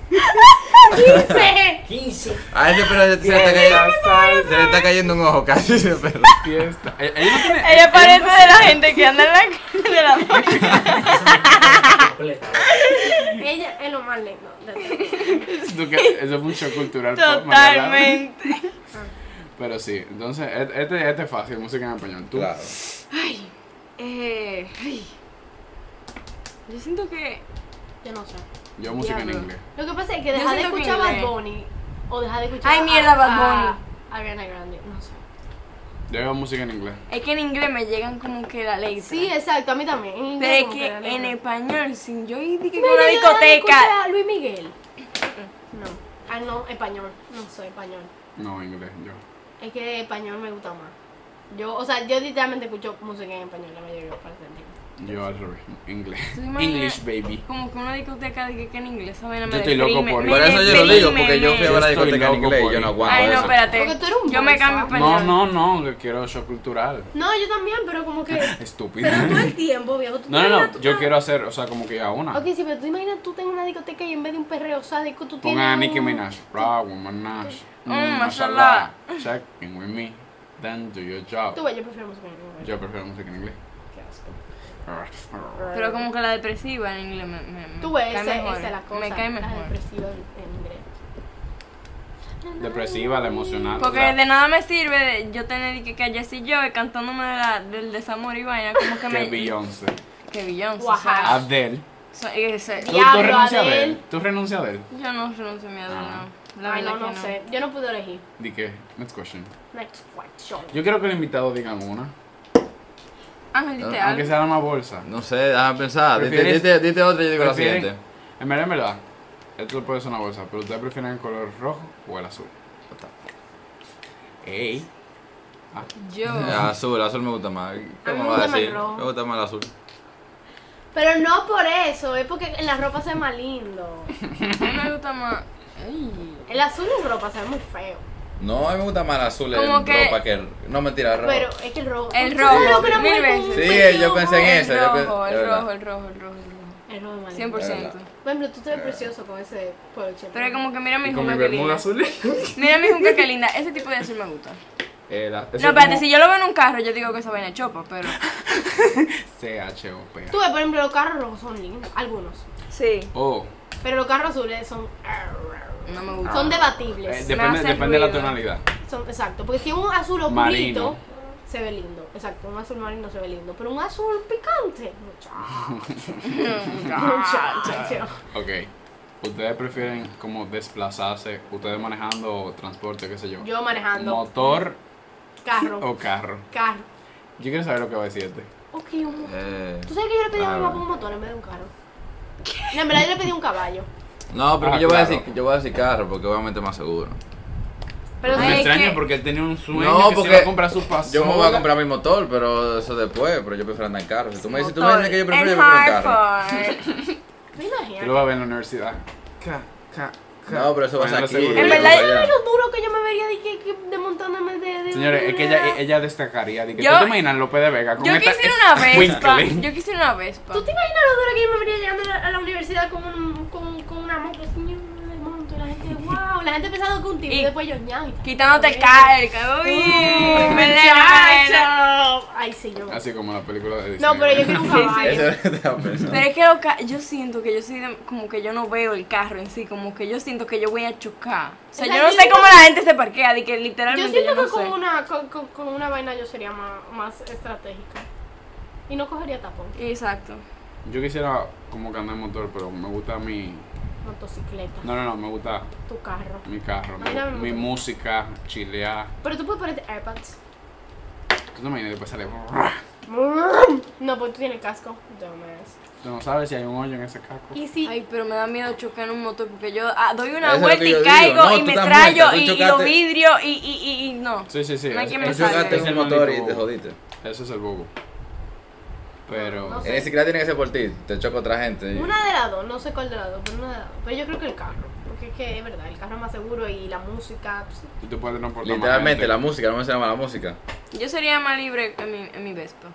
Speaker 2: Sí.
Speaker 5: 15.
Speaker 3: A ese perro se le está cayendo, se le está cayendo un ojo casi a ese perro.
Speaker 1: Fiesta. Eh, Ella no tiene.
Speaker 4: Ella parece de la gente que anda en la calle de la noche.
Speaker 5: Completa.
Speaker 2: Ella es lo más lindo. de-
Speaker 1: Tú que- Eso fue un shock cultural. por María Laura.
Speaker 4: Totalmente.
Speaker 1: Pero sí, entonces, este, este- este es fácil, música en español. Tú.
Speaker 3: Claro.
Speaker 4: Eh, ay. Yo siento que.
Speaker 2: Yo no sé.
Speaker 1: Yo música en
Speaker 4: Diablo.
Speaker 1: inglés.
Speaker 2: Lo que pasa es que
Speaker 4: Yo
Speaker 2: dejar de
Speaker 4: siento que
Speaker 2: escuchar a Bad
Speaker 4: inglés.
Speaker 2: Bunny o dejar de escuchar
Speaker 4: Ay, mierda, Bad
Speaker 2: a-
Speaker 4: Bunny.
Speaker 2: a Ariana Grande, no sé.
Speaker 1: Yo hago música en inglés.
Speaker 4: Es que en inglés me llegan como que la ley.
Speaker 2: Sí, exacto, a mí también. en inglés como
Speaker 4: Pero es que
Speaker 2: Ariana
Speaker 4: en
Speaker 2: Grande.
Speaker 4: español, sin yo ir de que
Speaker 2: Mira,
Speaker 4: con una
Speaker 2: yo dejar de
Speaker 4: discoteca.
Speaker 2: escuchar a Luis Miguel. No. Ah, no, español. No soy español.
Speaker 1: No, inglés, yo.
Speaker 2: Es que español me gusta más. Yo, o sea, yo literalmente escucho música en español la mayoría de las partes del tiempo.
Speaker 1: Yo al revés. Inglés.
Speaker 4: Sí, María.
Speaker 1: English, baby.
Speaker 4: Como que una discoteca de que, que en inglés, ¿saben?
Speaker 1: Yo estoy loco
Speaker 4: deprime,
Speaker 1: por
Speaker 4: me
Speaker 1: ir.
Speaker 3: Por eso yo lo
Speaker 4: deprime,
Speaker 3: digo, porque yo fui a la
Speaker 4: me-
Speaker 1: Yo estoy
Speaker 3: discoteca en
Speaker 1: loco
Speaker 3: inglés
Speaker 1: por
Speaker 3: y yo no
Speaker 1: ir.
Speaker 3: aguanto
Speaker 4: Ay, no,
Speaker 3: eso.
Speaker 4: espérate.
Speaker 2: Porque tú eres un
Speaker 4: Yo me
Speaker 2: bolsa.
Speaker 4: cambio para
Speaker 1: No,
Speaker 4: español.
Speaker 1: no, no, yo quiero shock cultural.
Speaker 2: No, yo también, pero como que.
Speaker 1: Estúpido.
Speaker 2: pero todo el tiempo, viejo. ¿tú te
Speaker 1: No, no,
Speaker 2: imaginas
Speaker 1: no,
Speaker 2: tú
Speaker 1: yo
Speaker 2: una-
Speaker 1: quiero hacer, o sea, como que a una.
Speaker 2: Ok, sí, pero tú imaginas tú en una discoteca y en vez de un perreo sádico, tú tienes.
Speaker 1: Pongan a
Speaker 2: un-
Speaker 1: Nicki Minaj. Raw, Minaj.
Speaker 4: Mm,
Speaker 1: Mm,
Speaker 4: mashallah.
Speaker 1: Checking with me. Then do your job.
Speaker 2: Tú, güey, yo prefiero música en inglés.
Speaker 1: Yo prefiero música en inglés.
Speaker 2: Qué asco.
Speaker 4: Pero como que la depresiva en inglés me, me, me
Speaker 2: Tú ves,
Speaker 4: cae
Speaker 2: esa,
Speaker 4: mejor.
Speaker 2: esa es la cosa.
Speaker 4: Me cae
Speaker 2: La
Speaker 4: mejor.
Speaker 2: depresiva en inglés.
Speaker 1: Depresiva, la emocional.
Speaker 4: Porque
Speaker 1: la-
Speaker 4: de nada me sirve de yo tener que, que a Jessie Joy eh, cantándome de la, del desamor y vaina, como que
Speaker 1: Que
Speaker 4: me...
Speaker 1: Beyoncé.
Speaker 4: Que Beyoncé, o
Speaker 2: Guajá.
Speaker 4: sea,
Speaker 1: Adele.
Speaker 3: Ah.
Speaker 4: so- ese-
Speaker 1: ¿Tú,
Speaker 2: Diablo,
Speaker 1: tú renuncias a él?
Speaker 2: Adele.
Speaker 1: ¿Tú renuncias a él?
Speaker 4: yo no renuncio a mi Adele,
Speaker 1: Ah.
Speaker 4: no. La
Speaker 2: Ay,
Speaker 4: verdad
Speaker 2: no, no
Speaker 4: que no.
Speaker 2: sé. Yo no pude elegir.
Speaker 1: Di que, next question.
Speaker 2: Next question.
Speaker 1: Yo quiero que el invitado diga una.
Speaker 4: Ángel, dite algo.
Speaker 1: Aunque sea la más bolsa.
Speaker 3: No sé, déjame pensar. Dite,
Speaker 1: ¿Prefieres-
Speaker 3: dite, dite otra y yo digo la
Speaker 1: ¿Prefieren-
Speaker 3: siguiente.
Speaker 1: En verdad, en verdad, esto puede ser una bolsa, pero ustedes prefieren el color rojo o el azul. Ey.
Speaker 3: Ah.
Speaker 4: Yo...
Speaker 3: Azul, azul me gusta más.
Speaker 2: A mí
Speaker 3: ¿Cómo
Speaker 2: me
Speaker 3: va a
Speaker 2: gusta más
Speaker 3: decir?
Speaker 2: el rojo.
Speaker 3: Me gusta más el azul.
Speaker 2: Pero no por eso, es porque en la ropa se ve más lindo.
Speaker 4: A mí me gusta más... Ay.
Speaker 2: El azul en ropa se ve muy feo.
Speaker 3: No, a mí me gusta más el azul en
Speaker 4: Como que-
Speaker 3: ropa que el... No, mentira, el rojo.
Speaker 2: Pero es que el rojo.
Speaker 4: El
Speaker 2: ¿Tú
Speaker 4: rojo,
Speaker 2: sabes lo que una
Speaker 4: mil
Speaker 2: mujer con un
Speaker 4: veces.
Speaker 3: Sí,
Speaker 2: vestido
Speaker 3: yo pensé en
Speaker 2: rojo?
Speaker 3: eso.
Speaker 4: El
Speaker 3: yo pe-
Speaker 4: rojo,
Speaker 3: de
Speaker 4: el
Speaker 3: verdad.
Speaker 4: rojo, el rojo, el rojo, el rojo.
Speaker 2: El rojo es más lindo.
Speaker 4: 100%.
Speaker 3: verdad.
Speaker 2: Por ejemplo, tú te ves precioso con ese poloche.
Speaker 4: Pero es como que mira mi
Speaker 1: Y con mi
Speaker 4: junca que
Speaker 1: bermuda
Speaker 4: linda.
Speaker 1: azul.
Speaker 4: Mira mi junca que linda. Ese tipo de azul me gusta.
Speaker 1: Eh, la-
Speaker 4: No,
Speaker 1: eso es
Speaker 4: espérate,
Speaker 1: como
Speaker 4: si yo lo veo en un carro, yo digo que esa vaina es chopa, pero...
Speaker 1: CHOP.
Speaker 2: Tú ves, por ejemplo, los carros rojos son lindos, algunos.
Speaker 4: Sí.
Speaker 1: Oh,
Speaker 2: Pero los carros azules son.
Speaker 4: No me gusta.
Speaker 2: Son
Speaker 1: Ah, eh,
Speaker 2: debatibles.
Speaker 1: depende,
Speaker 4: hace
Speaker 1: depende de la
Speaker 4: ruido.
Speaker 1: tonalidad.
Speaker 2: Son, exacto, porque si es un azul
Speaker 1: Marino.
Speaker 2: oscurito se ve lindo. Exacto, un azul marino se ve lindo, pero un azul picante, muchacho.
Speaker 1: Ah.
Speaker 2: muchacho.
Speaker 1: Ok. ¿Ustedes prefieren como desplazarse, ustedes manejando o transporte, qué sé yo?
Speaker 2: Yo manejando
Speaker 1: ¿Motor
Speaker 2: carro,
Speaker 1: o carro?
Speaker 2: carro.
Speaker 1: Yo quiero saber lo que va a decir este.
Speaker 2: Ok, un motor.
Speaker 3: Eh,
Speaker 2: ¿Tú sabes que yo le pedí a mi
Speaker 3: claro.
Speaker 1: Ah.
Speaker 2: mamá un motor en vez de un carro? No, en verdad yo le pedí un caballo.
Speaker 3: No, pero
Speaker 1: Ah,
Speaker 3: yo, voy a
Speaker 1: claro.
Speaker 3: decir, yo voy a decir carro porque obviamente es más seguro.
Speaker 2: Pero
Speaker 1: Me
Speaker 4: Ay,
Speaker 2: sí,
Speaker 1: extraña
Speaker 4: que-
Speaker 1: porque él tenía un sueño
Speaker 3: No,
Speaker 1: que se iba
Speaker 3: porque
Speaker 1: a comprar su paso.
Speaker 3: Yo me voy a comprar mi motor, pero eso después, pero yo prefiero andar en carro. Si tú me dices, tú me dices que yo prefiero, yo
Speaker 4: En
Speaker 3: prefiero en carro.
Speaker 4: Hartford.
Speaker 2: me
Speaker 1: Yo lo
Speaker 2: imagino.
Speaker 1: voy a ver en la universidad. Ca, ca, ca.
Speaker 3: No, pero eso va a ser
Speaker 1: Poniendo
Speaker 3: aquí.
Speaker 1: seguro.
Speaker 3: yo
Speaker 4: En
Speaker 3: voy
Speaker 4: verdad,
Speaker 3: para allá.
Speaker 2: Lo duro que yo me vería de, que, que- de montándome de, de
Speaker 1: Señores, es que
Speaker 2: una-
Speaker 1: ella, e- ella destacaría. De que,
Speaker 4: Yo-
Speaker 1: ¿Tú te imaginas López de Vega con
Speaker 4: Yo
Speaker 1: esta
Speaker 4: quisiera una Vespa.
Speaker 1: escuincling?
Speaker 4: Yo quisiera una Vespa.
Speaker 2: ¿Tú te imaginas lo duro que yo me vería llegando a la, a la universidad con, un- con, con una moto así, de monto? Y la gente, wow, la gente pensando que un tipo
Speaker 4: Y-
Speaker 2: y después yo ñaña.
Speaker 4: Quitándote el carro. Uy, melena, melena.
Speaker 2: ¡Muchacho! Ay, señor.
Speaker 1: Así como la película de Disney.
Speaker 2: No, pero yo quiero un caballo.
Speaker 3: Eso es lo que estaba pensando.
Speaker 4: Pero es que los ca- yo siento que yo soy de- como que yo no veo el carro en sí, como que yo siento que yo voy a chocar. O sea,
Speaker 2: O
Speaker 4: yo
Speaker 2: sea,
Speaker 4: no
Speaker 2: yo
Speaker 4: sé
Speaker 2: digo-
Speaker 4: cómo la gente se parquea, de que
Speaker 2: Yo
Speaker 4: literalmente yo,
Speaker 2: siento
Speaker 4: no
Speaker 2: que con
Speaker 4: sé.
Speaker 2: una, con, con- con una vaina yo sería más, más estratégica. Y no cogería tapón.
Speaker 4: Exacto.
Speaker 1: Yo quisiera como que andar en motor, pero me gusta mi.
Speaker 2: Motocicleta,
Speaker 1: No, no, no, me gusta
Speaker 2: tu carro.
Speaker 1: mi carro,
Speaker 2: Ay, dame
Speaker 1: mi,
Speaker 2: un
Speaker 1: mi
Speaker 2: motor.
Speaker 1: música, chilear.
Speaker 2: Pero tú puedes ponerte AirPods.
Speaker 1: ¿Tú te imaginas después sale?
Speaker 2: No, porque tú tienes casco. Dumbass.
Speaker 1: Tú no sabes si hay un hoyo en ese casco.
Speaker 2: Y si.
Speaker 4: Ay, pero me da miedo chocar en un motor porque yo ah, doy una
Speaker 3: Eso es lo
Speaker 4: vuelta
Speaker 3: que
Speaker 4: y
Speaker 3: yo digo.
Speaker 4: caigo
Speaker 3: No,
Speaker 4: y
Speaker 3: tú
Speaker 4: me
Speaker 3: estás
Speaker 4: trallo
Speaker 3: muerta, tú
Speaker 4: y, y los
Speaker 3: chocaste.
Speaker 4: vidrios y, y, y, y no.
Speaker 1: Sí, sí, sí.
Speaker 4: No hay
Speaker 1: es-
Speaker 4: quien me
Speaker 3: Tú
Speaker 1: ese-
Speaker 3: chocaste en
Speaker 1: ese
Speaker 3: un
Speaker 1: es
Speaker 3: motor
Speaker 1: el
Speaker 3: y te
Speaker 1: bobo.
Speaker 3: jodiste.
Speaker 1: Ese es el bobo. Pero.
Speaker 2: No, no sé.
Speaker 3: Ni siquiera tiene que ser por ti, te choca otra gente. y-
Speaker 2: Una de las dos, no sé cuál de las dos, pero una de las dos. Pero yo creo que el carro. Porque es que es verdad, el carro es más seguro y la música. pues,
Speaker 1: Y tú puedes transportar más
Speaker 3: Literalmente,
Speaker 1: gente.
Speaker 3: la música, no me se llama la música.
Speaker 4: Yo sería más libre en mi, en mi Vespa.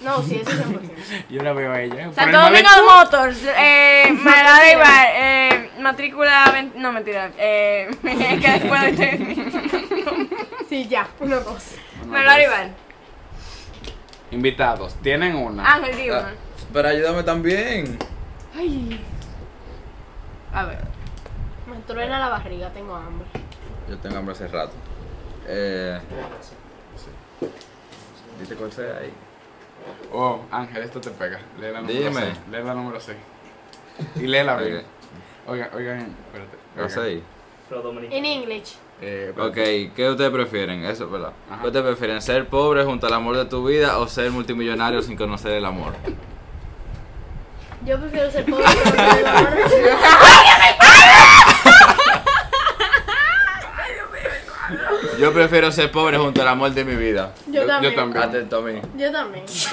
Speaker 2: No, sí, eso es 100%.
Speaker 1: Yo la veo a ella. eh. por el
Speaker 4: Santo Domingo
Speaker 1: malecón.
Speaker 4: Motors, eh, Mara de Ibar, eh, matrícula 20, no mentira, eh, que después de
Speaker 2: Sí, ya, una dos.
Speaker 1: Bueno,
Speaker 4: Mara de
Speaker 1: pues,
Speaker 4: Ibar,
Speaker 1: Invitados, tienen una.
Speaker 4: Ángel di
Speaker 3: Ah,
Speaker 4: una.
Speaker 3: Pero ayúdame también.
Speaker 4: Ay. A ver.
Speaker 2: Me truena la barriga, tengo hambre.
Speaker 3: Yo tengo hambre hace rato. Eh, ¿Viste cuál sea ahí?
Speaker 1: Oh, Ángel, esto te pega. Lee la número
Speaker 3: Dime.
Speaker 1: 6. Lee la número 6. Y léela bien.
Speaker 3: Ok.
Speaker 1: Oigan, oigan, espérate.
Speaker 3: ¿La
Speaker 1: oigan.
Speaker 3: seis?
Speaker 5: Los
Speaker 2: En
Speaker 5: dominicanos.
Speaker 2: English.
Speaker 1: Eh, espérate.
Speaker 3: Ok, ¿qué ustedes prefieren? Eso, ¿verdad?
Speaker 1: Ajá.
Speaker 3: ¿Qué ustedes prefieren? ¿Ser pobre junto al amor de tu vida o ser multimillonario sin conocer el amor?
Speaker 2: Yo prefiero ser pobre. pero ser pobre.
Speaker 3: Yo prefiero ser pobre junto al amor de mi vida.
Speaker 2: Yo también.
Speaker 1: Yo también.
Speaker 3: Atento a mí.
Speaker 2: Yo también.
Speaker 1: Yo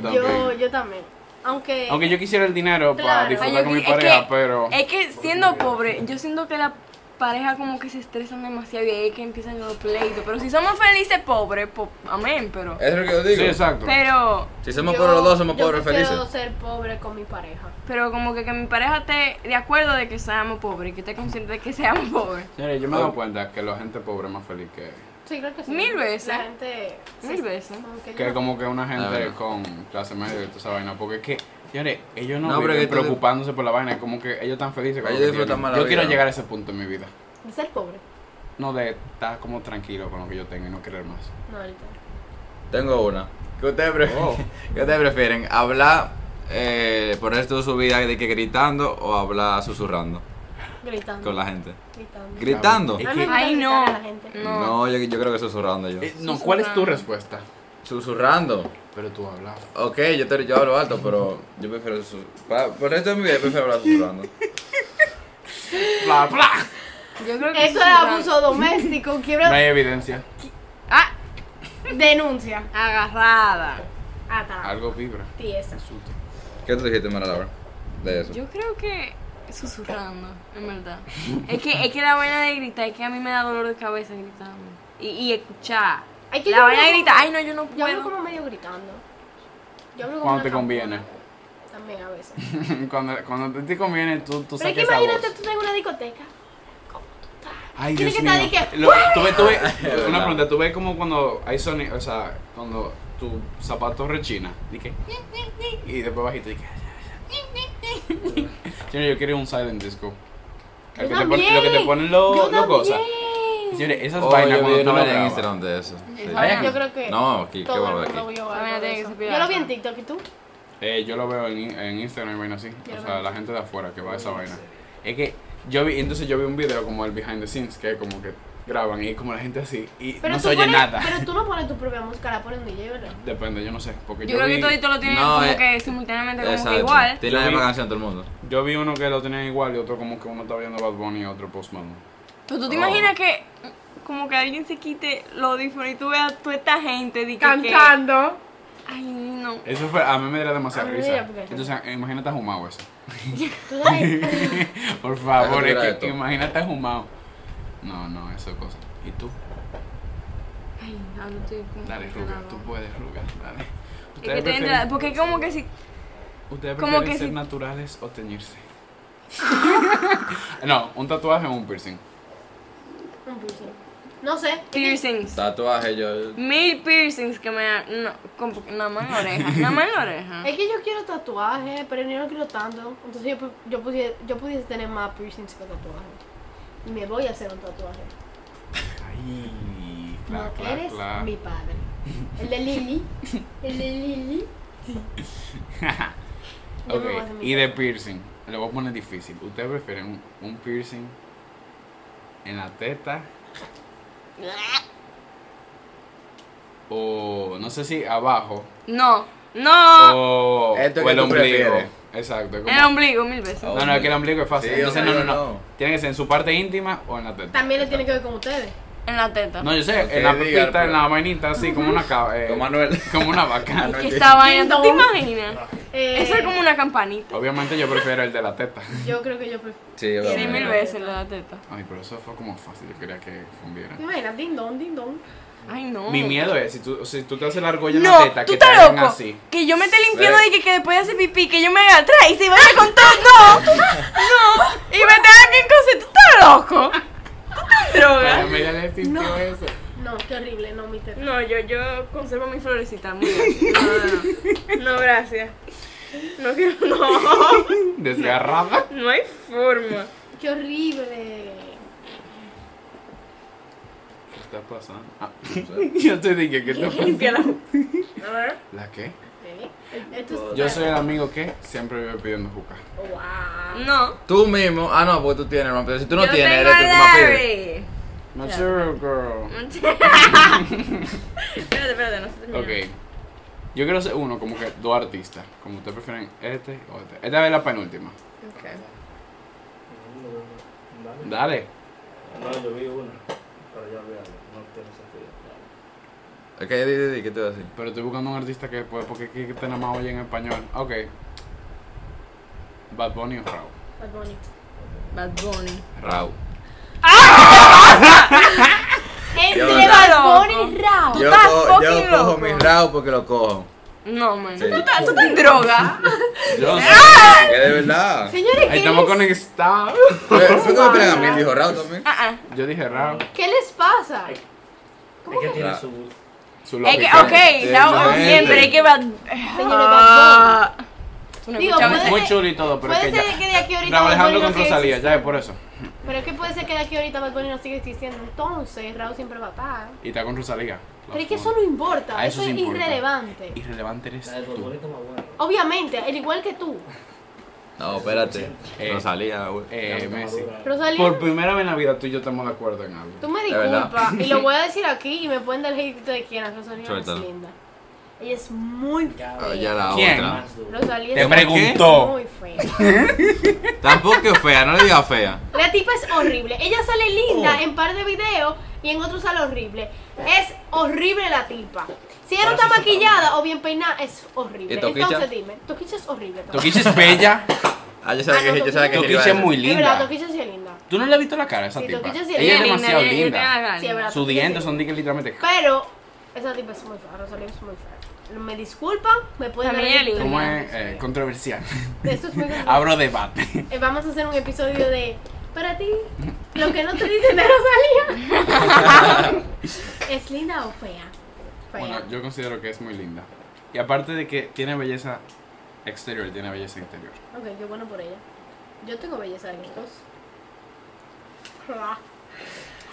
Speaker 1: también.
Speaker 2: Yo, yo también. Aunque.
Speaker 1: Aunque yo quisiera el dinero para
Speaker 2: Claro.
Speaker 1: disfrutar con mi
Speaker 4: Ay, es
Speaker 1: pareja,
Speaker 4: que-
Speaker 1: pero.
Speaker 4: Es que siendo pobre, yo siento que la pareja como que se estresan demasiado y ahí es que empiezan los pleitos. Pero si somos felices pobres, po- amén, pero.
Speaker 3: Es lo que yo
Speaker 1: Sí,
Speaker 3: digo.
Speaker 1: exacto.
Speaker 4: Pero.
Speaker 3: si somos
Speaker 2: yo-
Speaker 3: pobres los dos, somos pobres
Speaker 2: Yo prefiero
Speaker 3: felices.
Speaker 2: ser pobre con mi pareja.
Speaker 4: Pero como que, que mi pareja esté de acuerdo de que seamos pobres, que esté consciente de que seamos pobres.
Speaker 1: Señores, yo me he dado cuenta que la gente pobre es más feliz que.
Speaker 2: Sí, creo que sí.
Speaker 4: Mil veces.
Speaker 2: La gente.
Speaker 4: Mil veces.
Speaker 2: Aunque
Speaker 1: Que
Speaker 2: yo-
Speaker 1: como que una gente
Speaker 3: Ah, bueno.
Speaker 1: con clase media y toda esa vaina. Porque es que, señores, ellos no,
Speaker 3: No, pero
Speaker 1: viven
Speaker 3: que tú-
Speaker 1: preocupándose por la vaina. es Como que ellos están felices con lo
Speaker 3: Ellos
Speaker 1: que
Speaker 3: disfrutan
Speaker 1: tienen.
Speaker 3: más la
Speaker 1: Yo
Speaker 3: vida,
Speaker 1: quiero
Speaker 3: ¿no?
Speaker 1: llegar a ese punto en mi vida.
Speaker 2: De ser pobre.
Speaker 1: No de estar como tranquilo con lo que yo tengo y no querer más.
Speaker 2: No, ahorita.
Speaker 3: Tengo una. ¿Qué ustedes prefieren?
Speaker 1: Oh.
Speaker 3: ¿Qué ustedes prefieren? ¿Hablar eh, por el resto de su vida de que gritando o hablar susurrando
Speaker 2: Gritando.
Speaker 3: con la gente?
Speaker 2: Gritando.
Speaker 3: ¿Gritando?
Speaker 1: Es
Speaker 2: A mí
Speaker 1: que-
Speaker 2: me gusta
Speaker 4: Ay,
Speaker 2: gritar a
Speaker 4: no.
Speaker 2: la gente.
Speaker 4: No.
Speaker 3: No, yo, yo creo que susurrando yo.
Speaker 1: Eh, no, ¿cuál es tu respuesta?
Speaker 3: Susurrando.
Speaker 1: Pero tú hablas.
Speaker 3: Ok, yo, te, yo hablo alto, pero yo prefiero su, pa- Por el resto de mi vida yo prefiero hablar susurrando.
Speaker 1: ¡Bla, bla!
Speaker 4: Yo creo que
Speaker 2: Eso es
Speaker 4: susurrar-
Speaker 2: abuso doméstico. Quiero.
Speaker 1: No hay evidencia.
Speaker 4: Ah,
Speaker 2: Denuncia.
Speaker 4: agarrada. Ah,
Speaker 2: Ata.
Speaker 1: Algo vibra.
Speaker 2: Tiesa.
Speaker 1: Insulto.
Speaker 3: ¿Qué tú dijiste, Mara Laura? De eso.
Speaker 4: Yo creo que susurrando, en verdad. es que es que la vaina de gritar, es que a mí me da dolor de cabeza gritando. Y, y escuchar.
Speaker 2: Ay, que
Speaker 4: La
Speaker 2: yo
Speaker 4: vaina de
Speaker 2: hablo
Speaker 4: gritar,
Speaker 2: como-
Speaker 4: ay no, yo no
Speaker 2: Yo hablo
Speaker 4: puedo.
Speaker 2: como medio gritando. Yo hablo como
Speaker 1: Cuando
Speaker 2: una
Speaker 1: te
Speaker 2: campana.
Speaker 1: conviene.
Speaker 2: También a veces.
Speaker 1: cuando, cuando te, te conviene, tú, tú
Speaker 2: Pero es
Speaker 1: sacas
Speaker 2: que
Speaker 1: esa
Speaker 2: imagínate
Speaker 1: voz.
Speaker 2: tú en una discoteca.
Speaker 1: Ay,
Speaker 2: Tiene
Speaker 1: Dios
Speaker 2: que
Speaker 1: mío.
Speaker 2: estar de que,
Speaker 1: Lo- tú ves- tú ves- una pregunta, tú ves como cuando hay sonido, o sea, cuando tu zapato rechina, di que, y después bajito, di que, Señores, yo quiero un silent disco.
Speaker 2: Yo
Speaker 1: El que te pon- lo que te
Speaker 2: también.
Speaker 1: ponen los
Speaker 2: Yo
Speaker 1: lo cosas.
Speaker 2: también.
Speaker 1: Señores, esas
Speaker 3: Oh,
Speaker 1: vainas
Speaker 3: yo vi
Speaker 1: cuando tú
Speaker 3: una
Speaker 1: lo
Speaker 3: vaina en
Speaker 1: grabas.
Speaker 3: Instagram de eso. Sí.
Speaker 4: Esa
Speaker 1: Vayan.
Speaker 2: Yo creo que
Speaker 3: No, aquí, ¿qué
Speaker 2: todo
Speaker 3: va a
Speaker 2: el
Speaker 3: haber
Speaker 2: mundo
Speaker 3: aquí?
Speaker 2: vio
Speaker 4: Esa vaina
Speaker 2: algo de
Speaker 4: tiene que
Speaker 2: eso.
Speaker 4: ser
Speaker 2: Yo lo vi
Speaker 4: pirata.
Speaker 2: en TikTok y tú.
Speaker 1: Eh, yo lo veo en, en Instagram y vaina así.
Speaker 2: Yo
Speaker 1: O
Speaker 2: lo
Speaker 1: sea,
Speaker 2: veo.
Speaker 1: la gente de afuera que va a esa vaina. Es que yo vi, entonces yo vi un video como el behind the scenes, que es como que graban y como la gente así, y
Speaker 2: Pero
Speaker 1: no
Speaker 2: tú
Speaker 1: se oye
Speaker 2: pones-
Speaker 1: nada.
Speaker 2: Pero tú no pones tu propia música, la pones un DJ, ¿verdad?
Speaker 1: Depende, yo no sé. Porque
Speaker 4: Yo creo que
Speaker 1: vi-
Speaker 4: todito lo tienen
Speaker 3: No,
Speaker 4: como
Speaker 3: eh,
Speaker 4: que simultáneamente como
Speaker 3: Exacto.
Speaker 4: que igual.
Speaker 3: Tiene la
Speaker 1: Yo vi-
Speaker 3: misma canción todo el mundo.
Speaker 1: Yo vi uno que lo tenían igual y otro como que uno está viendo Bad Bunny y otro Post Malone.
Speaker 4: Pero tú te
Speaker 3: Oh.
Speaker 4: imaginas que como que alguien se quite los audífonos y tú veas a toda esta gente di que-
Speaker 2: Cantando.
Speaker 4: que- ay no.
Speaker 1: Eso fue, a mí me dio demasiada
Speaker 2: A mí me
Speaker 1: risa.
Speaker 2: dio porque-
Speaker 1: Entonces, ah, imagínate a Jumao eso.
Speaker 2: Tú sabes,
Speaker 1: Por favor,
Speaker 3: Ay,
Speaker 1: es
Speaker 3: mira
Speaker 1: que
Speaker 3: esto.
Speaker 1: imagínate a Jumao. No, no, eso es cosa. ¿Y tú?
Speaker 4: Ay, ahora estoy como
Speaker 1: Dale, Ruga, tú puedes, Ruga, dale.
Speaker 4: Es que te entra- porque es como que si
Speaker 1: ¿Ustedes
Speaker 4: como
Speaker 1: prefieren
Speaker 4: que
Speaker 1: ser
Speaker 4: si-
Speaker 1: naturales o teñirse? no, un tatuaje o un piercing.
Speaker 2: Un piercing. No sé. es que-
Speaker 4: Piercings.
Speaker 3: Tatuaje, yo.
Speaker 4: Mil piercings que me dan. No, como que nada más en la oreja. Nada más en la oreja.
Speaker 2: Es que yo quiero tatuaje, pero yo no quiero tanto. Entonces yo, pu- yo, pudiese, yo pudiese tener más piercings que tatuaje. Y me voy a hacer un tatuaje.
Speaker 1: Ay, claro,
Speaker 2: no,
Speaker 1: claro,
Speaker 2: eres
Speaker 1: claro.
Speaker 2: mi padre. El de Lili. El de Lili. Yo me voy a hacer
Speaker 1: Ok,
Speaker 2: mi
Speaker 1: y de
Speaker 2: tatuaje.
Speaker 1: piercing. Le voy a poner difícil. ¿Ustedes prefieren un, un piercing en la teta o no sé si abajo
Speaker 4: No,
Speaker 2: Ah.
Speaker 3: Oh.
Speaker 4: no.
Speaker 1: o,
Speaker 3: Esto
Speaker 1: o
Speaker 3: que
Speaker 1: el
Speaker 3: tú
Speaker 1: ombligo?
Speaker 3: prefieres.
Speaker 1: Exacto. como-
Speaker 4: El ombligo, mil veces.
Speaker 3: Oh.
Speaker 1: No, no, es que el ombligo es fácil.
Speaker 3: Sí,
Speaker 1: Entonces, no, no,
Speaker 3: ombligo
Speaker 1: no.
Speaker 3: no.
Speaker 1: Tiene que ser en su parte íntima o en la teta.
Speaker 2: También le tiene que ver con ustedes.
Speaker 4: En la teta.
Speaker 1: No, yo sé,
Speaker 3: Ok,
Speaker 1: en la
Speaker 3: diga,
Speaker 1: pepita, en
Speaker 3: pero-
Speaker 1: la vainita, así como una cab- eh,
Speaker 3: Con Manuel.
Speaker 1: como una vaca.
Speaker 4: que esta vaina. ¿Tú te
Speaker 2: Ding dong.
Speaker 4: imaginas?
Speaker 2: Eh,
Speaker 4: Eso es como una campanita.
Speaker 1: Obviamente yo prefiero el de la teta.
Speaker 2: Yo creo que yo prefiero.
Speaker 3: Sí, yo
Speaker 4: Sí,
Speaker 3: también.
Speaker 4: mil veces la teta.
Speaker 1: Ay, pero eso fue como fácil, yo quería que fundiera.
Speaker 2: Imagina, ding dong, ding dong.
Speaker 4: Ay, no.
Speaker 1: Mi miedo es, si tú, si tú te haces la argolla en la
Speaker 4: No,
Speaker 1: teta,
Speaker 4: tú
Speaker 1: que te
Speaker 4: estás
Speaker 1: hagan
Speaker 4: loco.
Speaker 1: así.
Speaker 4: Que yo me esté limpiando
Speaker 3: Ve.
Speaker 4: y que, que después de hacer pipí, que yo me haga atrás y se vaya con todo. No, no. Y me tenga que encoser. Tú estás loco. Tú estás en
Speaker 1: Ay,
Speaker 4: droga.
Speaker 1: mira, le pintió
Speaker 2: No.
Speaker 1: eso.
Speaker 2: No, qué horrible, no, mi terror.
Speaker 4: No, yo, yo conservo mi florecita muy bien. No, no, no. No, gracias. No quiero, no.
Speaker 1: Desgarrada.
Speaker 4: No hay forma.
Speaker 2: Qué horrible.
Speaker 1: ¿Qué está pasando? Ah, yo te dije, ¿qué te pasa?
Speaker 4: Límpiala. A ver.
Speaker 1: ¿La qué?
Speaker 2: ¿Eh? Esto es-
Speaker 1: Yo soy el amigo que siempre vive pidiendo juca.
Speaker 2: Wow.
Speaker 4: No.
Speaker 3: Tú mismo. Ah, no, porque tú tienes, hermano. Pero si tú no
Speaker 4: yo
Speaker 3: tienes,
Speaker 4: tengo
Speaker 3: eres tú que
Speaker 4: a
Speaker 3: más pides.
Speaker 4: Larry.
Speaker 1: Mature girl.
Speaker 4: espérate, espérate, no se termina.
Speaker 1: Ok. Yo quiero ser uno, como que dos artistas. Como ustedes prefieren este o este. Esta es la penúltima.
Speaker 4: Ok.
Speaker 5: No,
Speaker 1: Dale.
Speaker 5: yo vi una, pero ya olvídalo, no tiene sentido.
Speaker 3: Ok, di, di, di, ¿qué te voy a decir?
Speaker 1: Pero estoy buscando un artista que puede, porque aquí que te nada más oye en español. Ok. Bad Bunny o Raúl.
Speaker 2: Bad Bunny.
Speaker 4: Bad Bunny.
Speaker 3: Raúl.
Speaker 2: Entre
Speaker 4: Bad
Speaker 2: Bad
Speaker 4: Bunny
Speaker 2: Bunny y Rao.
Speaker 3: Yo,
Speaker 4: estás
Speaker 3: cojo, yo
Speaker 4: fucking
Speaker 3: cojo
Speaker 4: loco.
Speaker 3: mi Raúl porque lo cojo.
Speaker 4: No, man.
Speaker 3: Sí.
Speaker 4: Tú, estás, tú estás en droga.
Speaker 1: Yo sé.
Speaker 3: Que de verdad.
Speaker 2: Señores,
Speaker 1: Ahí
Speaker 2: ¿qué
Speaker 1: estamos
Speaker 2: les,
Speaker 1: conectados.
Speaker 3: Fue fue que me tiran a mí, dijo Raúl también.
Speaker 4: Ah, ah.
Speaker 1: Yo dije Raúl.
Speaker 2: ¿qué les pasa?
Speaker 5: Ay,
Speaker 2: ¿Cómo
Speaker 5: Es que
Speaker 2: que?
Speaker 5: tiene
Speaker 3: Ah.
Speaker 5: su.
Speaker 1: Su
Speaker 4: Es que,
Speaker 1: lógica.
Speaker 4: ok, Raúl,
Speaker 3: Excelente.
Speaker 4: siempre es que Bad.
Speaker 2: Bad
Speaker 4: Tú no
Speaker 2: Digo,
Speaker 4: escuchabas
Speaker 2: puede-
Speaker 4: esa-
Speaker 1: Muy chulo y todo, pero es
Speaker 2: Puede
Speaker 1: que
Speaker 2: ser
Speaker 1: ya.
Speaker 2: que de aquí ahorita
Speaker 1: Raúl
Speaker 2: Bad Bunny
Speaker 1: Alejandro
Speaker 2: no
Speaker 1: con
Speaker 2: siga
Speaker 1: Rosalía, ya es
Speaker 2: existiendo.
Speaker 1: por eso.
Speaker 2: Pero es que puede ser que de aquí ahorita Bad Bunny no siga existiendo. Entonces, Rao siempre va a estar.
Speaker 1: Y está con Rosalía.
Speaker 2: Pero es que eso no importa.
Speaker 1: Ah,
Speaker 2: eso
Speaker 1: eso
Speaker 2: es
Speaker 1: sí importa.
Speaker 2: irrelevante.
Speaker 1: Irrelevante eres
Speaker 5: La del
Speaker 1: tú.
Speaker 5: futbolito más buena.
Speaker 2: Oh. Obviamente, al igual que tú.
Speaker 3: No, espérate.
Speaker 1: Eh,
Speaker 3: no salía, güey.
Speaker 1: Eh, Messi.
Speaker 2: Rosalía.
Speaker 1: Por primera vez en la vida tú y yo estamos de acuerdo en algo.
Speaker 2: Tú me
Speaker 3: De verdad.
Speaker 2: disculpas y lo voy a decir aquí y me pueden dar el hate que quieran. Rosalía no es
Speaker 3: Suéltalo.
Speaker 2: linda. Ella es muy fea.
Speaker 3: Ah, ya la
Speaker 1: ¿Quién?
Speaker 3: otra.
Speaker 2: Rosalía
Speaker 1: Te
Speaker 2: es
Speaker 1: preguntó.
Speaker 2: muy fea.
Speaker 3: Tampoco es fea, no le digas fea.
Speaker 2: La tipa es horrible. Ella sale linda
Speaker 1: Oh.
Speaker 2: en par de videos y en otros sale horrible. Es horrible la tipa. Si ella no está maquillada o bien peinada, es horrible.
Speaker 1: Eh,
Speaker 3: ¿Y Toquicha?
Speaker 2: Entonces dime, Toquicha es horrible. también.
Speaker 1: Toquiche es bella.
Speaker 3: Ah, yo
Speaker 2: Ah,
Speaker 3: sabía
Speaker 2: no,
Speaker 3: que yo sabía que
Speaker 2: Toquicha.
Speaker 3: Gil iba a
Speaker 1: Toquiche es
Speaker 3: decir.
Speaker 1: muy
Speaker 2: Es verdad,
Speaker 1: linda.
Speaker 2: Toquicha sí es linda.
Speaker 1: ¿Tú no le has visto la cara a esa
Speaker 2: Sí,
Speaker 1: tipa?
Speaker 2: Toquiche sí es
Speaker 1: Ella es
Speaker 2: linda.
Speaker 1: demasiado
Speaker 4: Yo- yo te
Speaker 1: linda.
Speaker 4: haga-
Speaker 2: Sí, es verdad.
Speaker 1: Sus
Speaker 2: Toquicha es
Speaker 1: dientes son
Speaker 2: linda.
Speaker 1: diques literalmente.
Speaker 2: Pero esa tipa es muy fea. Rosalía es muy fea. Me disculpan, me pueden
Speaker 4: También
Speaker 2: dar el-
Speaker 4: es linda.
Speaker 1: ¿Cómo es eh, controversial?
Speaker 2: Esto es muy
Speaker 1: Abro debate.
Speaker 2: Eh, Vamos a hacer un episodio de para ti lo que no te dicen de Rosalía. ¿Es linda o fea? Fea.
Speaker 1: Bueno, yo considero que es muy linda. Y aparte de que tiene belleza exterior, tiene belleza interior.
Speaker 2: Ok, qué bueno por ella. Yo tengo belleza de los dos.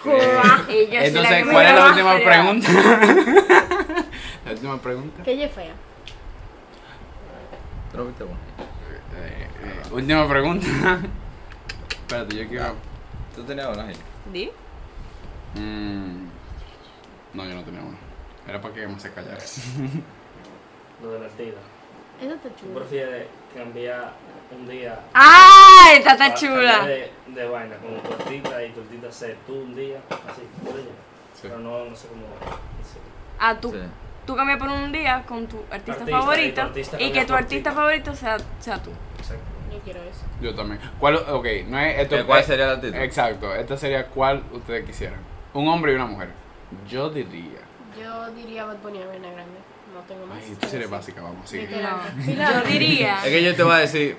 Speaker 4: Y yo soy la que
Speaker 1: Entonces,
Speaker 4: me
Speaker 1: ¿cuál es la
Speaker 4: va a
Speaker 1: última
Speaker 4: fregar.
Speaker 1: pregunta? la última pregunta.
Speaker 2: Que ella es fea.
Speaker 3: ¿Tú no viste, güey?
Speaker 1: Eh, eh, última pregunta. Espérate, yo quiero.
Speaker 3: Tú tenías una, Gil.
Speaker 4: Di.
Speaker 1: Mm, no, yo no tenía una. Era para que me se callara.
Speaker 5: Lo de la tira.
Speaker 2: Eso está
Speaker 5: Tú
Speaker 2: chulo.
Speaker 5: prefieres cambiar un día.
Speaker 4: ¡Ah! Esta está
Speaker 5: pa-
Speaker 4: chula.
Speaker 5: cambiar De, de vaina, como tortita y tortita C. Tú un día, así, por ella.
Speaker 1: Sí.
Speaker 5: Pero no, no sé cómo. sí.
Speaker 4: Ah, tú.
Speaker 3: Sí.
Speaker 4: Tú cambias por un día con tu artista,
Speaker 5: Artista, y tu
Speaker 4: favorito
Speaker 5: artista
Speaker 4: y que
Speaker 5: cambia
Speaker 4: tu
Speaker 5: por
Speaker 4: artista
Speaker 5: ti.
Speaker 4: favorito sea, sea tú.
Speaker 5: Exacto.
Speaker 2: Yo quiero eso.
Speaker 1: Yo también. ¿Cuál? Ok, no es. Esto,
Speaker 3: ¿Que ¿Cuál sería la actitud?
Speaker 1: Exacto, esta sería cuál ustedes quisieran. Un hombre y una mujer. Yo diría.
Speaker 2: Yo diría Bad Bunny Ariana Grande. No tengo más.
Speaker 1: Ay, tú eres
Speaker 2: Sí.
Speaker 1: básica, vamos, sí.
Speaker 2: Literal.
Speaker 4: No. Yo diría.
Speaker 3: Es que yo te voy a decir,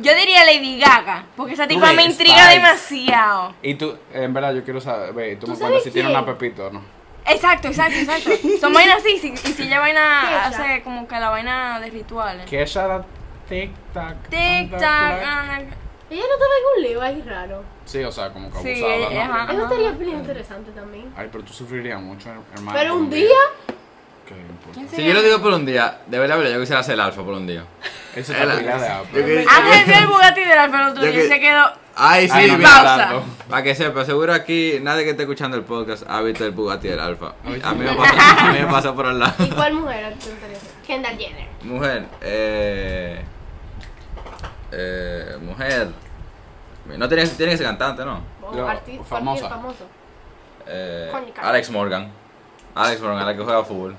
Speaker 4: Yo diría Lady Gaga, porque esa tipa me
Speaker 1: ves,
Speaker 4: intriga
Speaker 1: Spice.
Speaker 4: demasiado.
Speaker 1: Y tú, en verdad, yo quiero saber, tú,
Speaker 2: ¿Tú
Speaker 1: me
Speaker 2: sabes
Speaker 1: cuentas si tiene
Speaker 2: quién?
Speaker 1: una pepito o no.
Speaker 4: Exacto, exacto, exacto. Son vainas así, si- y si ella vaina
Speaker 2: ¿Qué es la-
Speaker 4: hace como que la vaina de rituales.
Speaker 1: Que esa era tic tac.
Speaker 4: Tic
Speaker 1: anda,
Speaker 4: tac,
Speaker 1: clac.
Speaker 4: ana-
Speaker 2: Ella no estaba en un lío ahí raro.
Speaker 1: Sí, o sea, como que
Speaker 4: Sí,
Speaker 1: abusada. ¿no?
Speaker 4: ajá.
Speaker 2: Eso estaría bien interesante también.
Speaker 1: Ay, pero tú sufrirías mucho, hermano.
Speaker 2: Pero
Speaker 1: por
Speaker 2: un día,
Speaker 1: ¿Qué importa?
Speaker 4: ¿Quién
Speaker 3: Si
Speaker 4: se
Speaker 3: yo lo
Speaker 4: llama?
Speaker 3: digo por un día, de verdad, de verdad, yo quisiera ser el alfa por un día.
Speaker 4: Ah,
Speaker 1: Eso
Speaker 3: Ela.
Speaker 1: está pila de
Speaker 3: Yo
Speaker 1: apple.
Speaker 3: que-
Speaker 4: Ángel vio el Bugatti del Alfa el otro
Speaker 3: Yo
Speaker 4: día y
Speaker 3: que-
Speaker 4: se quedó.
Speaker 3: Ay, sí,
Speaker 1: Ay, no me
Speaker 3: mira.
Speaker 4: pausa.
Speaker 1: hablando.
Speaker 3: Para que sepa, seguro aquí nadie que esté escuchando el podcast ha visto el Bugatti del Alfa.
Speaker 1: Ay,
Speaker 3: A mí me
Speaker 1: sí.
Speaker 3: pasó, a mí me pasó por al lado.
Speaker 2: ¿y cuál mujer a ti te interesa? Kendall Jenner.
Speaker 3: Mujer, eh. Eh. Mujer. No tiene, tiene que ser cantante, ¿no?
Speaker 2: O
Speaker 1: Yo,
Speaker 2: arti-
Speaker 1: famosa.
Speaker 2: cualquier famoso.
Speaker 3: Eh,
Speaker 2: Coño, cara.
Speaker 3: Alex Morgan. Alex Morgan, la que juega fútbol.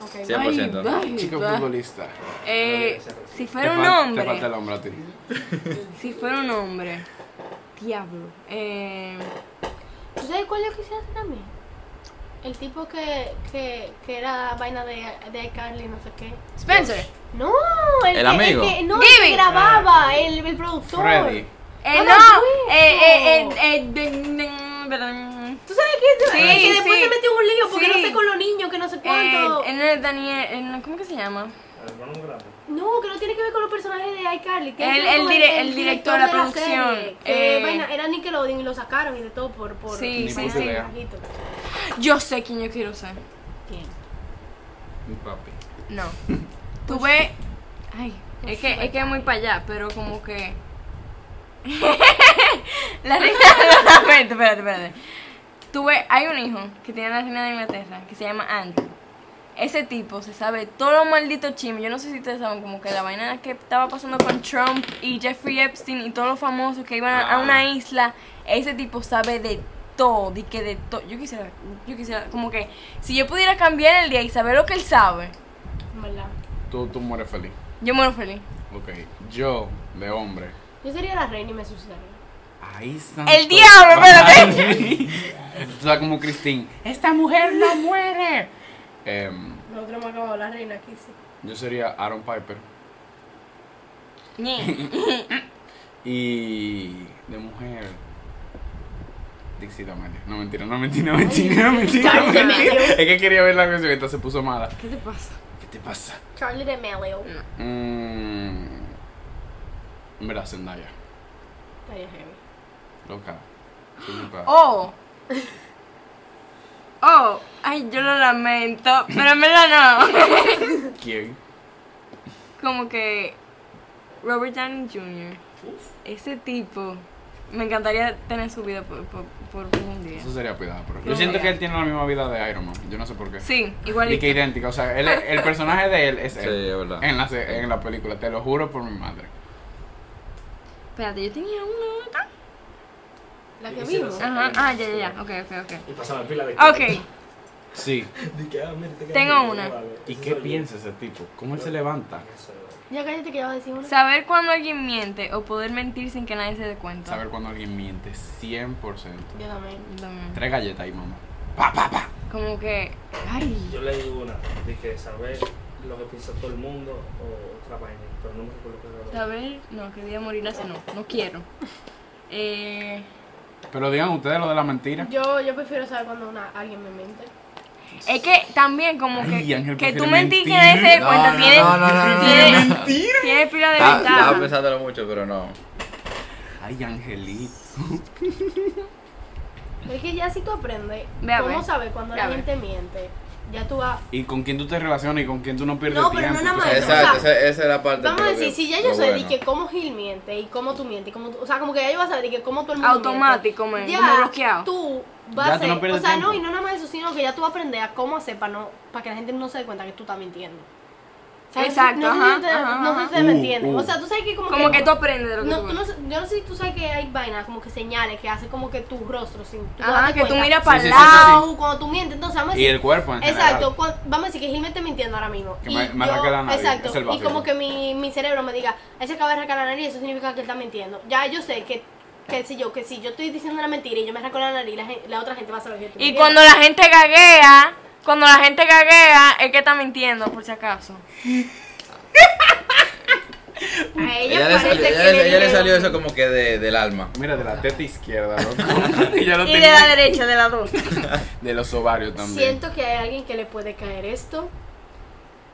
Speaker 2: Ok,
Speaker 3: Sí. 100%.
Speaker 4: Ay, ay,
Speaker 1: Chico
Speaker 4: va.
Speaker 1: futbolista.
Speaker 4: Eh, si fuera
Speaker 1: Te
Speaker 4: un
Speaker 1: fal- Te falta
Speaker 4: hombre,
Speaker 1: el hombre a ti.
Speaker 4: si fuera un hombre, diablo. Eh,
Speaker 2: ¿Tú sabes cuál yo quisiera hacer también? El tipo que, que, que era vaina de, de iCarly, no sé qué.
Speaker 4: Spencer,
Speaker 2: No, el,
Speaker 3: ¿El
Speaker 2: que,
Speaker 3: amigo? Ah.
Speaker 2: que- no, el
Speaker 4: Giving.
Speaker 2: que grababa, el, el productor.
Speaker 1: Freddy.
Speaker 4: eh,
Speaker 2: No me
Speaker 4: no, eh, eh,
Speaker 2: acuerdo.
Speaker 4: eh, eh, de- de- perdón.
Speaker 2: ¿Tú sabes qué?
Speaker 4: Sí,
Speaker 2: el que después
Speaker 4: sí.
Speaker 2: se metió en un lío porque
Speaker 4: Sí.
Speaker 2: no sé con los niños, que no sé cuánto.
Speaker 4: Eh, en el Daniel, en- ¿cómo que se llama?
Speaker 2: no, que no tiene que ver con los personajes de iCarly. tiene que
Speaker 4: El-
Speaker 2: ver
Speaker 4: el
Speaker 2: con
Speaker 4: dire- el director, la
Speaker 2: de
Speaker 4: producción,
Speaker 2: serie, que
Speaker 4: eh.
Speaker 2: vaina, era Nickelodeon y lo sacaron y de todo por. por
Speaker 4: Sí,
Speaker 1: Ni
Speaker 4: sí,
Speaker 1: puta
Speaker 4: sí.
Speaker 1: idea.
Speaker 4: Yo sé quién yo quiero ser.
Speaker 2: ¿Quién?
Speaker 1: Mi papi.
Speaker 4: No. Tuve. Ay, es que es que es muy para allá, pero como que. la reina de espérate, espérate, espérate. Tuve, hay un hijo que tiene la reina de Inglaterra que se llama Andrew. Ese tipo se sabe todos los malditos chismes. Yo no sé si ustedes saben, como que la vaina que estaba pasando con Trump y Jeffrey Epstein y todos los famosos que iban a, a una isla. Ese tipo sabe de todo, y que de todo. Yo quisiera, yo quisiera, como que si yo pudiera cambiar el día y saber lo que él sabe,
Speaker 2: En verdad.
Speaker 1: Tú, tú mueres feliz.
Speaker 4: yo muero feliz.
Speaker 1: Ok. Yo, de hombre.
Speaker 2: Yo sería la reina y me suicidaría.
Speaker 1: Ahí está.
Speaker 4: El diablo, espérate.
Speaker 1: Tú sabes como Cristín. Esta mujer no muere. Em,
Speaker 2: Nosotros hemos acabado la reina aquí, sí.
Speaker 1: yo sería Aaron Piper.
Speaker 4: Ñe.
Speaker 1: Y de mujer. Dixie D'Amelio. No mentira, no mentira, no mentira, no mentira. no,
Speaker 2: Charlie
Speaker 1: mentira.
Speaker 2: D'Amelio.
Speaker 1: Es que quería ver la canción y esta se puso mala.
Speaker 4: ¿Qué te pasa?
Speaker 1: ¿Qué te pasa?
Speaker 2: Charlie D'Amelio.
Speaker 1: Mmm. Mira, Zendaya.
Speaker 2: Estaría heavy.
Speaker 1: Loca. Soy muy padre.
Speaker 4: Oh. Oh. Ay, yo lo lamento, pero me lo no.
Speaker 1: ¿Quién?
Speaker 4: Como que Robert Downey Jr. Ese tipo. Me encantaría tener su vida por, por, por un día.
Speaker 1: Eso sería cuidado, pero. Yo
Speaker 4: No,
Speaker 1: siento
Speaker 4: ya.
Speaker 1: que él tiene la misma vida de Iron Man. Yo no sé por qué.
Speaker 4: Sí,
Speaker 1: Y que
Speaker 4: igualito.
Speaker 1: idéntica. O sea, él es- el personaje de él es
Speaker 3: Sí,
Speaker 1: él.
Speaker 3: es verdad.
Speaker 1: En la, se- en la película, te lo juro por mi madre.
Speaker 4: Espérate, yo tenía uno. ¿verdad?
Speaker 2: La que
Speaker 5: Sí, sí,
Speaker 2: vimos.
Speaker 5: sí.
Speaker 4: Ajá. Ah, ya, ya, ya. Ok, ok, ok.
Speaker 5: Y pasaba pila de
Speaker 4: Ok.
Speaker 1: Sí.
Speaker 5: De que, ah, mira, te quedas
Speaker 4: Tengo
Speaker 5: bien,
Speaker 4: una.
Speaker 5: vale.
Speaker 1: ¿Y
Speaker 5: Eso
Speaker 1: qué
Speaker 5: soy yo.
Speaker 1: piensa ese tipo? ¿Cómo él se levanta?
Speaker 5: Eso.
Speaker 2: Ya cállate que ya vas a decir una.
Speaker 4: Saber cuando alguien miente o poder mentir sin que nadie se dé cuenta.
Speaker 1: Ah. Saber cuando alguien miente 100%.
Speaker 2: Yo también.
Speaker 4: También.
Speaker 1: Tres galletas ahí, mamá. Pa, pa, pa.
Speaker 4: Como que. Ay.
Speaker 5: Yo leí una, de que saber lo que piensa todo el mundo o otra vaina, pero no me recuerdo qué era.
Speaker 4: Saber, no, que día morir hace no, no quiero. Eh,
Speaker 1: Pero digan ustedes lo de la mentira.
Speaker 2: Yo, yo prefiero saber cuando una, alguien me miente.
Speaker 4: es que también como
Speaker 1: Ay,
Speaker 4: que,
Speaker 1: Ángel,
Speaker 4: que tú
Speaker 1: prefiere
Speaker 4: mentís que
Speaker 1: mentir.
Speaker 4: nadie se dé
Speaker 3: No,
Speaker 4: cuenta,
Speaker 3: no,
Speaker 4: tiene,
Speaker 3: no, no, no, no,
Speaker 4: tiene,
Speaker 3: no. Ah,
Speaker 4: tiene pila de
Speaker 3: Ta-
Speaker 4: ventaja.
Speaker 3: Estaba pensándolo mucho, pero no.
Speaker 1: Ay, Angelito.
Speaker 2: Es que ya si tú aprendes
Speaker 4: Ve a
Speaker 2: cómo
Speaker 4: ver.
Speaker 2: saber cuando
Speaker 4: Ve a
Speaker 2: alguien te miente, ya tú vas.
Speaker 1: ¿Y con quién tú te relacionas y con quién tú no pierdes
Speaker 2: No, pero
Speaker 1: tiempo?
Speaker 2: no nada
Speaker 1: tú
Speaker 2: más
Speaker 1: sabes?
Speaker 2: eso, o sea,
Speaker 3: Exacto, esa, esa es la parte.
Speaker 2: Vamos a
Speaker 3: que-
Speaker 2: decir, si ya
Speaker 3: lo
Speaker 2: yo sé
Speaker 3: bueno.
Speaker 2: di que cómo Gil miente y cómo tú mientes y cómo tú, o sea, como que ya yo vas a saber di que cómo todo el mundo
Speaker 4: Automático, man,
Speaker 2: miente.
Speaker 4: como
Speaker 2: Ya
Speaker 4: bloqueado.
Speaker 2: Tú vas
Speaker 1: Ya
Speaker 2: a
Speaker 1: tú no
Speaker 2: ser- o
Speaker 1: pierdes
Speaker 2: sea,
Speaker 1: tiempo.
Speaker 2: no, y no nada más eso, sino que ya tú vas a aprender a cómo hacer para no para que la gente no se dé cuenta que tú estás mintiendo. O sea, no sé-
Speaker 4: Exacto,
Speaker 2: no sé si
Speaker 4: ajá,
Speaker 2: ustedes-
Speaker 4: ajá,
Speaker 2: No sé si
Speaker 4: ajá.
Speaker 2: ustedes me
Speaker 1: Uh,
Speaker 2: entienden.
Speaker 1: uh.
Speaker 2: O sea, tú sabes que como,
Speaker 4: Como que tú aprendes de lo que
Speaker 2: No,
Speaker 4: tú
Speaker 2: tú no sé- yo no sé si tú sabes que hay vainas como que señales que hace como que tu rostro sin tú
Speaker 4: Ajá,
Speaker 2: darte
Speaker 4: Ah, que tú
Speaker 2: cuenta.
Speaker 4: miras para
Speaker 1: Sí, sí,
Speaker 4: el
Speaker 1: sí, sí,
Speaker 4: lado.
Speaker 1: sí.
Speaker 2: Au, cuando tú mientes, entonces vamos a
Speaker 1: Y
Speaker 2: decir,
Speaker 1: el cuerpo en general.
Speaker 2: Exacto, cua- vamos a decir que Gil me está mintiendo ahora mismo.
Speaker 1: Que
Speaker 2: y
Speaker 1: me- me arranca la nariz,
Speaker 2: Exacto,
Speaker 1: es el
Speaker 2: y
Speaker 1: vacío.
Speaker 2: como que mi, mi cerebro me diga, él se acaba de arrancar la nariz, eso significa que él está mintiendo. Ya yo sé que, que si yo, que si yo estoy diciendo una mentira y yo me arranco la nariz, la, gen- la otra gente va a saber que estoy
Speaker 4: Y
Speaker 2: mintiendo.
Speaker 4: cuando la gente gaguea, cuando la gente gaguea, es que está mintiendo, por si acaso.
Speaker 2: A ella,
Speaker 3: Ella le
Speaker 2: parece
Speaker 3: salió,
Speaker 2: que le
Speaker 3: ella le- ella le
Speaker 2: dieron-
Speaker 3: salió eso como que de- del alma.
Speaker 1: Mira, de la teta izquierda, loco. y ya lo
Speaker 4: Y de la
Speaker 1: tenía.
Speaker 4: derecha, de la dos.
Speaker 1: De los ovarios también.
Speaker 2: Siento que hay alguien que le puede caer esto.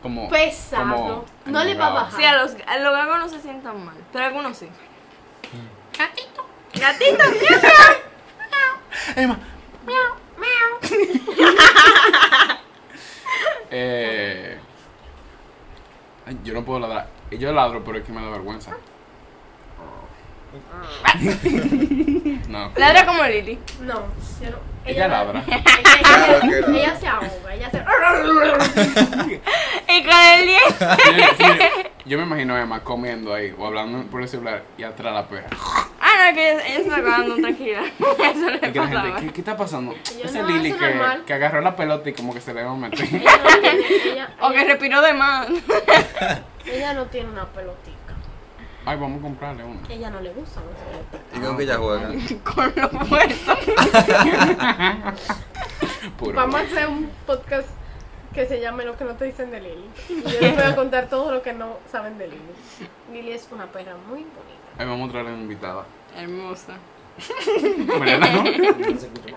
Speaker 1: como,
Speaker 2: pesado. No le va a
Speaker 1: anegado.
Speaker 2: bajar.
Speaker 4: Sí, a los, a los gagos no se sientan mal, pero algunos sí. Gatito. Gatito,
Speaker 1: Emma. eh, ay, yo no puedo ladrar. Yo ladro, pero es que me da vergüenza. no.
Speaker 4: ladra como Lili.
Speaker 2: No, yo no.
Speaker 1: Ella
Speaker 2: no-
Speaker 1: ladra.
Speaker 2: Ella,
Speaker 3: Claro que no.
Speaker 2: ella se ahoga, ella se.
Speaker 4: Y con el
Speaker 1: Mire,
Speaker 4: 10.
Speaker 1: mire, Yo me imagino a Emma comiendo ahí o hablando por el celular y atrás la perra.
Speaker 4: Ah, no, que ella se está acabando tranquila. Eso le
Speaker 1: Y que la gente,
Speaker 4: pasaba.
Speaker 1: ¿qué, qué está pasando?
Speaker 2: Yo
Speaker 1: Ese
Speaker 2: no,
Speaker 1: Lili
Speaker 2: eso
Speaker 1: que,
Speaker 2: normal.
Speaker 1: que agarró la pelota y como que se le va a meter.
Speaker 2: Ella no tiene, ella-
Speaker 4: O que
Speaker 2: ella-
Speaker 4: respiró de más.
Speaker 2: ella no tiene una pelotica.
Speaker 1: Ay, vamos a comprarle una.
Speaker 2: Ella no le gusta una pelotita.
Speaker 3: ¿Y con qué ella juega?
Speaker 4: Con los muertos.
Speaker 1: Puro.
Speaker 2: Vamos a hacer un podcast que se llame Lo que no te dicen de Lili. Yo les voy a contar todo lo que no saben de Lili. Lili es una perra muy bonita.
Speaker 1: Ahí vamos a traerle una invitada.
Speaker 4: Hermosa.
Speaker 1: Mariana, ¿no?
Speaker 5: No se escucha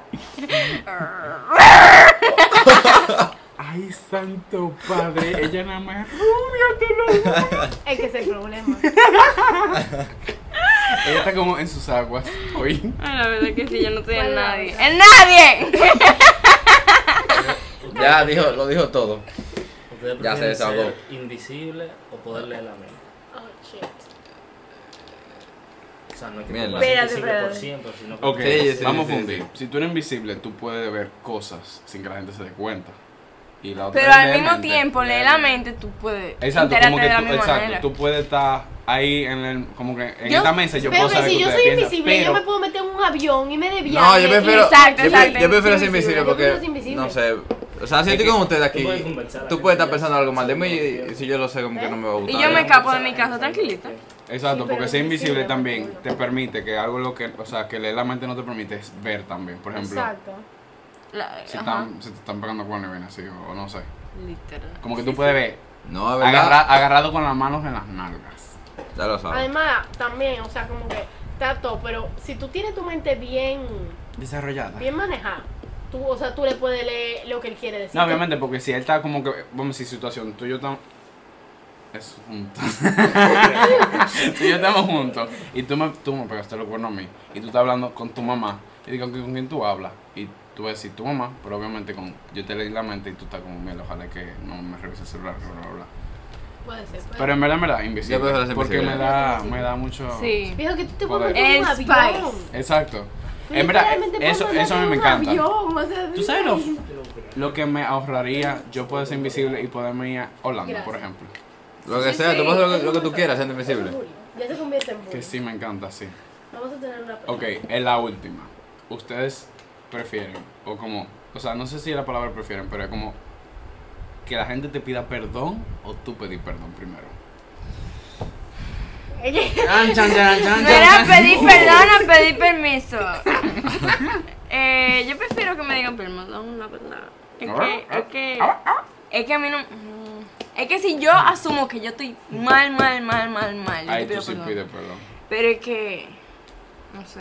Speaker 5: más.
Speaker 1: Ay, santo padre, ella nada más.
Speaker 2: Es que es el problema.
Speaker 1: Ella está como en sus aguas hoy.
Speaker 4: Ay, la verdad que sí, yo no estoy en
Speaker 2: Bueno,
Speaker 4: nadie.
Speaker 2: ya.
Speaker 4: ¡En nadie!
Speaker 3: Ya dijo, lo dijo todo.
Speaker 5: Ustedes
Speaker 3: Ya se
Speaker 5: prefieren
Speaker 3: desahogó.
Speaker 5: ser Invisible o poder leer la mente.
Speaker 2: Oh shit.
Speaker 5: O sea, no es que
Speaker 3: Mierda.
Speaker 5: tú pases
Speaker 4: Espérate,
Speaker 5: 25%, sino que
Speaker 1: Ok,
Speaker 3: Sí, sí,
Speaker 1: vamos
Speaker 3: sí,
Speaker 1: a fundir. Si tú eres invisible, tú puedes ver cosas sin que la gente se dé cuenta. Y la otra
Speaker 4: Pero al
Speaker 1: es leer
Speaker 4: mismo
Speaker 1: mente.
Speaker 4: tiempo, leer la mente, tú puedes.
Speaker 1: Exacto,
Speaker 4: enterarte
Speaker 1: como que
Speaker 4: de la
Speaker 1: tú,
Speaker 4: misma
Speaker 1: exacto,
Speaker 4: manera.
Speaker 1: tú puedes estar ahí en el, como que en
Speaker 4: Yo-
Speaker 1: esta mesa yo
Speaker 2: Pero
Speaker 1: puedo
Speaker 2: que
Speaker 1: saber
Speaker 2: pues, si
Speaker 1: que
Speaker 2: yo
Speaker 1: ustedes
Speaker 2: soy
Speaker 1: piensan,
Speaker 2: invisible, yo me
Speaker 1: pero-
Speaker 2: puedo meter un avión y me de
Speaker 3: No,
Speaker 2: viaje.
Speaker 3: yo
Speaker 2: y-
Speaker 3: prefiero.
Speaker 4: Exacto,
Speaker 3: yo, pre-
Speaker 4: exacto,
Speaker 3: yo prefiero ser
Speaker 4: invisible,
Speaker 3: invisible
Speaker 2: yo prefiero ser
Speaker 3: porque.
Speaker 2: invisible.
Speaker 3: No sé. O sea, si
Speaker 1: Es
Speaker 3: estoy
Speaker 1: que
Speaker 3: con ustedes
Speaker 5: tú
Speaker 3: aquí,
Speaker 5: puedes conversar, la
Speaker 3: tú
Speaker 5: gente
Speaker 3: puedes estar
Speaker 5: ya
Speaker 3: pensando algo mal de mí
Speaker 5: sabe lo
Speaker 3: y
Speaker 5: que
Speaker 3: si yo lo sé, como que no me va a gustar.
Speaker 4: Y yo me
Speaker 3: ¿no?
Speaker 4: escapo de mi casa tranquilita.
Speaker 1: Exacto,
Speaker 2: Sí, pero
Speaker 1: porque ser invisible
Speaker 2: invisible,
Speaker 1: también
Speaker 2: por
Speaker 1: te permite que algo lo que, o sea, que leer la mente no te permite es ver también, por ejemplo.
Speaker 2: Exacto.
Speaker 4: La-
Speaker 1: Si,
Speaker 4: ajá.
Speaker 1: están, si te están pegando con el así, o o no sé.
Speaker 4: Literal.
Speaker 1: Como que tú puedes ver
Speaker 3: No, es verdad.
Speaker 1: agarra- agarrado con las manos en las nalgas.
Speaker 3: Ya lo sabes.
Speaker 2: Además, también, o sea, como que está todo, pero si tú tienes tu mente bien,
Speaker 1: Desarrollada.
Speaker 2: bien manejada, tú, o sea, tú le puedes leer lo que él quiere decir.
Speaker 1: No, obviamente, porque si él está como que, vamos a decir, situación, tú y yo estamos... Es juntos. tú y yo estamos juntos. Y tú me, tú me pegaste los cuernos a mí. Y tú estás hablando con tu mamá. Y digo, ¿con quién tú hablas? Y tú vas a decir tu mamá, pero obviamente con, yo te leí la mente y tú estás como, mira, ojalá que no me revise el celular, bla, bla, bla.
Speaker 2: Puede ser. Puede
Speaker 1: Pero en verdad, en verdad, invisible.
Speaker 3: Yo prefiero ser
Speaker 1: porque
Speaker 3: invisible.
Speaker 1: me da, me da mucho...
Speaker 4: Sí.
Speaker 2: Dijo que tú te puedes
Speaker 1: Poder.
Speaker 2: meter en un
Speaker 4: El
Speaker 2: avión.
Speaker 4: Spice.
Speaker 1: Exacto.
Speaker 2: Tú
Speaker 1: En verdad,
Speaker 2: literalmente puedes
Speaker 1: eso,
Speaker 2: mandarte
Speaker 1: eso a mí
Speaker 2: en
Speaker 1: me
Speaker 2: un
Speaker 1: encanta.
Speaker 2: avión, o sea,
Speaker 1: ¿Tú sabes lo-
Speaker 5: Pero, pero,
Speaker 1: Lo que me ahorraría yo poder ser invisible y poderme ir a Holanda, por
Speaker 2: Gracias.
Speaker 1: ejemplo.
Speaker 3: Lo que
Speaker 4: Sí,
Speaker 3: sea,
Speaker 4: sí,
Speaker 3: tú puedes hacer lo que-
Speaker 2: es
Speaker 3: lo que tú
Speaker 2: verdad.
Speaker 3: quieras, siendo
Speaker 2: es un
Speaker 3: invisible.
Speaker 2: bullying. Ya se convierte en bullying.
Speaker 1: Que sí me encanta, sí.
Speaker 2: Vamos a tener una
Speaker 1: Ok, es la última. Ustedes prefieren, o como, o sea, no sé si la palabra prefieren, pero es como que la gente te pida perdón o tú pedir perdón primero. Chan, chan, chan, chan, chan,
Speaker 4: No era
Speaker 1: chan.
Speaker 4: pedir perdón o pedir permiso. eh, yo prefiero que me digan perdón, la verdad. Es que, es que, es que a mí no. mm, Es que si yo asumo que yo estoy mal, mal, mal, mal, mal. yo
Speaker 1: Ahí
Speaker 4: pido
Speaker 1: tú sí
Speaker 4: perdón.
Speaker 1: pides perdón.
Speaker 4: Pero es que. No sé.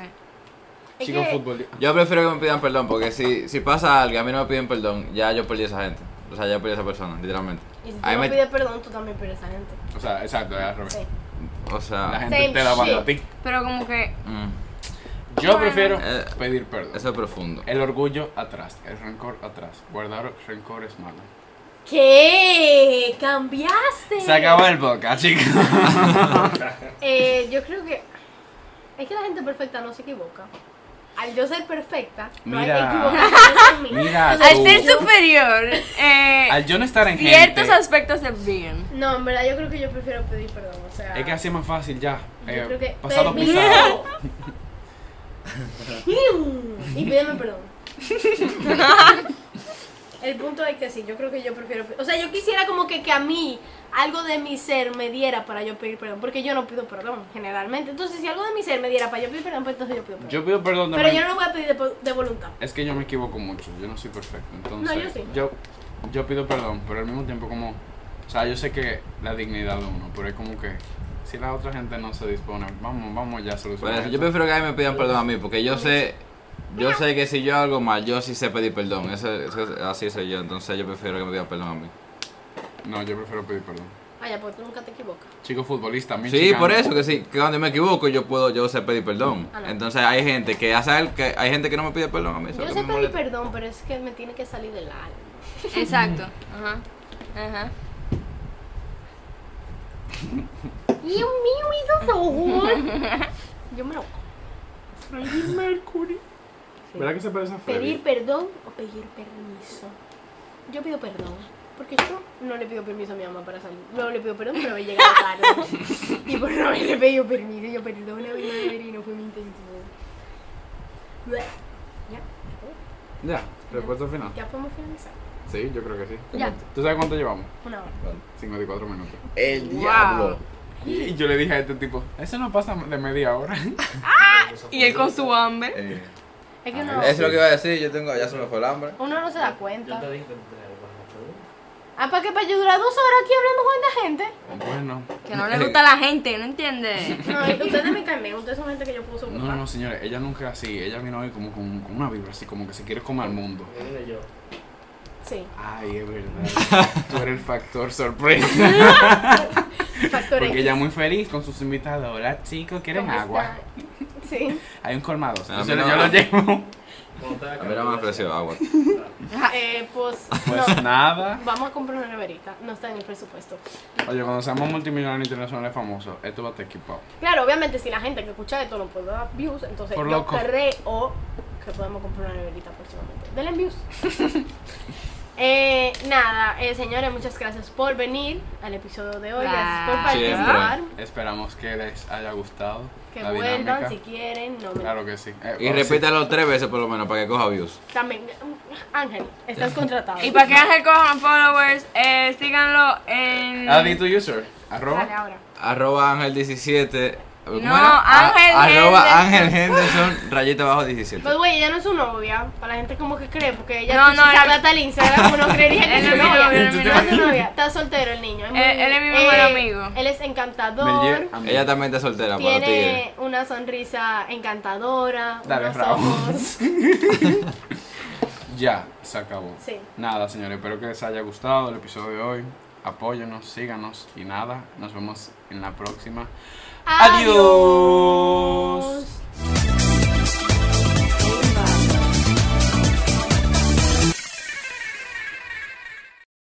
Speaker 2: Es
Speaker 1: Chico
Speaker 2: que-
Speaker 1: fútbol.
Speaker 3: Yo prefiero que me pidan perdón porque si, si pasa algo y a mí no me piden perdón, ya yo perdí a esa gente. O sea, ya perdí a esa persona, literalmente.
Speaker 2: Y si tú
Speaker 3: Ahí
Speaker 2: no
Speaker 3: me-
Speaker 2: pides perdón, tú también pierdes a gente.
Speaker 1: O sea, exacto, es al revés.
Speaker 2: Sí.
Speaker 3: O
Speaker 1: La
Speaker 3: sea,
Speaker 1: gente
Speaker 2: Same
Speaker 1: te la manda a
Speaker 2: shit.
Speaker 1: ti.
Speaker 4: Pero como que.
Speaker 3: mm,
Speaker 1: Yo prefiero
Speaker 3: Eh,
Speaker 1: pedir perdón.
Speaker 3: eso es profundo.
Speaker 1: El orgullo atrás, el rencor atrás. Guardar rencor es malo.
Speaker 2: ¿Qué? ¿Cambiaste?
Speaker 1: Se acabó el podcast, chicos.
Speaker 2: Eh, yo creo que. Es que la gente perfecta no se equivoca. Al yo ser perfecta, no hay
Speaker 1: Mira.
Speaker 2: que equivocarse en mí.
Speaker 1: Mira,
Speaker 2: O sea,
Speaker 4: Al
Speaker 1: tú.
Speaker 4: ser superior, eh,
Speaker 1: Al yo no estar en
Speaker 4: ciertos
Speaker 1: gente,
Speaker 4: aspectos se bien.
Speaker 2: No, en verdad yo creo que yo prefiero pedir perdón. O sea,
Speaker 1: es que así es más fácil ya.
Speaker 2: yo
Speaker 1: Eh,
Speaker 2: creo que.
Speaker 1: pasado
Speaker 2: permiso.
Speaker 1: pisado.
Speaker 2: y pídeme perdón. El punto es que sí, yo creo que yo prefiero. O sea, yo quisiera como que, que a mí algo de mi ser me diera para yo pedir perdón. Porque yo no pido perdón generalmente. Entonces, si algo de mi ser me diera para yo pedir perdón, pues entonces yo pido perdón.
Speaker 1: Yo pido perdón de
Speaker 2: Pero
Speaker 1: mí.
Speaker 2: yo no lo voy a pedir de, po- de voluntad.
Speaker 1: Es que yo me equivoco mucho, yo no soy perfecto. Entonces,
Speaker 2: No, yo sí.
Speaker 1: yo, yo pido perdón, pero al mismo tiempo como... O sea, yo sé que la dignidad de uno, pero es como que si la otra gente no se dispone, vamos, vamos ya a
Speaker 3: Por
Speaker 1: solucionar.
Speaker 3: eso, Pues, yo
Speaker 1: esto.
Speaker 3: prefiero que a mí me pidan perdón a mí, porque yo sé, yo sé que si yo hago algo mal, yo sí sé pedir perdón. Eso, eso- así soy yo, entonces yo prefiero que me pidan perdón a mí.
Speaker 1: No, yo prefiero pedir perdón.
Speaker 2: Vaya, porque tú nunca te equivocas.
Speaker 1: Chico futbolista, mi
Speaker 3: Sí,
Speaker 1: chicano.
Speaker 3: por eso que sí, que cuando me equivoco yo puedo, yo sé pedir perdón.
Speaker 2: Ah, no.
Speaker 3: Entonces hay gente que hace algo que hay gente que no me pide perdón a mí. eso
Speaker 2: Yo
Speaker 3: es
Speaker 2: sé
Speaker 3: lo que me
Speaker 2: pedir
Speaker 3: molesta.
Speaker 2: perdón, pero es que me tiene que salir del alma.
Speaker 4: Exacto. Ajá. Ajá.
Speaker 2: Dios mío, mis dos ojos. Yo me lo
Speaker 1: Freddie Mercury. ¿Verdad que se parece a
Speaker 2: Pedir
Speaker 1: Freddie?
Speaker 2: perdón o pedir permiso. Yo pido perdón. Porque yo no le pido permiso a mi mamá para salir. No le pido perdón por haber llegado tarde. y por no haberle pedido permiso. Yo perdóname, madre, y no fue mi intención. Bleh.
Speaker 1: Ya, respuesta final.
Speaker 2: Ya podemos finalizar.
Speaker 1: Sí, yo creo que sí.
Speaker 2: Ya,
Speaker 1: ¿Tú sabes cuánto llevamos?
Speaker 2: una hora.
Speaker 1: 54 minutos.
Speaker 3: El
Speaker 4: Wow.
Speaker 3: diablo.
Speaker 1: Y yo le dije a este tipo, eso no pasa de media hora.
Speaker 4: Ah, Y él con su hambre.
Speaker 3: Eh,
Speaker 2: Es que
Speaker 1: Ah,
Speaker 2: uno,
Speaker 3: eso es lo que iba a decir, yo tengo, ya se me fue el hambre.
Speaker 2: uno no se da
Speaker 5: Yo te
Speaker 2: cuenta.
Speaker 5: dije que te la vas a pedir.
Speaker 2: Ah, ¿para qué? ¿Para yo durar dos horas aquí hablando con
Speaker 1: Bueno.
Speaker 4: Que no
Speaker 1: Eh,
Speaker 4: le gusta a la gente, ¿no entiendes?
Speaker 2: esta gente? No, ustedes me cambian. Ustedes son gente que yo puedo
Speaker 1: No, no, señores, ella nunca así. Ella vino hoy como con, con una vibra así, como que se quiere comer al mundo.
Speaker 5: Mira yo.
Speaker 2: Sí.
Speaker 1: Ay, es verdad. Tú eres el factor sorpresa.
Speaker 2: Factor
Speaker 1: Porque
Speaker 2: X.
Speaker 1: ella muy feliz con sus invitados. Hola, chicos, ¿quieren
Speaker 2: ¿Cómo está?
Speaker 1: agua?
Speaker 2: Sí.
Speaker 1: Hay un colmado.
Speaker 3: A mí
Speaker 1: Entonces
Speaker 3: no.
Speaker 1: yo lo llevo.
Speaker 5: Cuando te
Speaker 3: A mí no me ofreció agua.
Speaker 2: Eh, pues,
Speaker 1: Pues
Speaker 2: no.
Speaker 1: nada.
Speaker 2: Vamos a comprar una neverita. No está en el presupuesto.
Speaker 1: Oye, cuando seamos multimillonarios internacionales famosos, esto va a estar equipado.
Speaker 2: Claro, obviamente, si la gente que escucha esto no puede dar views, entonces
Speaker 1: Por
Speaker 2: yo
Speaker 1: loco.
Speaker 2: creo que podemos comprar una neverita próximamente. Denle views. Eh, nada, eh, señores, muchas gracias por venir al episodio de hoy. Gracias por
Speaker 4: Gracias.
Speaker 2: participar.
Speaker 1: Esperamos que les haya gustado
Speaker 2: Que
Speaker 1: la
Speaker 2: vuelvan
Speaker 1: dinámica.
Speaker 2: si quieren. No me...
Speaker 1: Claro que sí. Eh,
Speaker 3: Y
Speaker 1: oh, sí.
Speaker 3: repítalo tres veces por lo menos para que coja views.
Speaker 2: También, mm, Ángel, estás contratado.
Speaker 4: Y para que Ángel cojan followers, eh, síganlo en.
Speaker 1: Add it to user. Arroba.
Speaker 2: Dale, ahora.
Speaker 3: Arroba Ángel 17. ¿cómo
Speaker 4: No,
Speaker 3: era? A-
Speaker 4: Ángel
Speaker 3: Arroba Ángel
Speaker 4: Henderson.
Speaker 3: Henderson, rayita abajo 17.
Speaker 2: Pues güey, ella no es su novia, para la gente como que cree, porque ella
Speaker 4: No,
Speaker 2: no,
Speaker 4: no,
Speaker 2: se
Speaker 4: él-
Speaker 2: habla tal Instagram, uno creería que
Speaker 4: Él
Speaker 2: es su
Speaker 4: es mi
Speaker 2: novia.
Speaker 4: novio, él
Speaker 1: es mi
Speaker 2: No es su
Speaker 1: novio.
Speaker 2: novia, está soltero el niño. muy- eh,
Speaker 4: Él- él es mi mejor amigo.
Speaker 2: Él es
Speaker 1: Melier,
Speaker 2: encantador,
Speaker 1: amigo.
Speaker 3: Ella también está
Speaker 1: ah,
Speaker 3: soltera para los tigres.
Speaker 2: tiene una sonrisa encantadora,
Speaker 1: Dale,
Speaker 2: unos
Speaker 1: Raúl.
Speaker 2: ojos.
Speaker 1: Ya, se acabó.
Speaker 2: Sí.
Speaker 1: Nada, señores, espero que les haya gustado el episodio de hoy. Apóyanos, síganos y nada, nos vemos en la próxima. Adiós.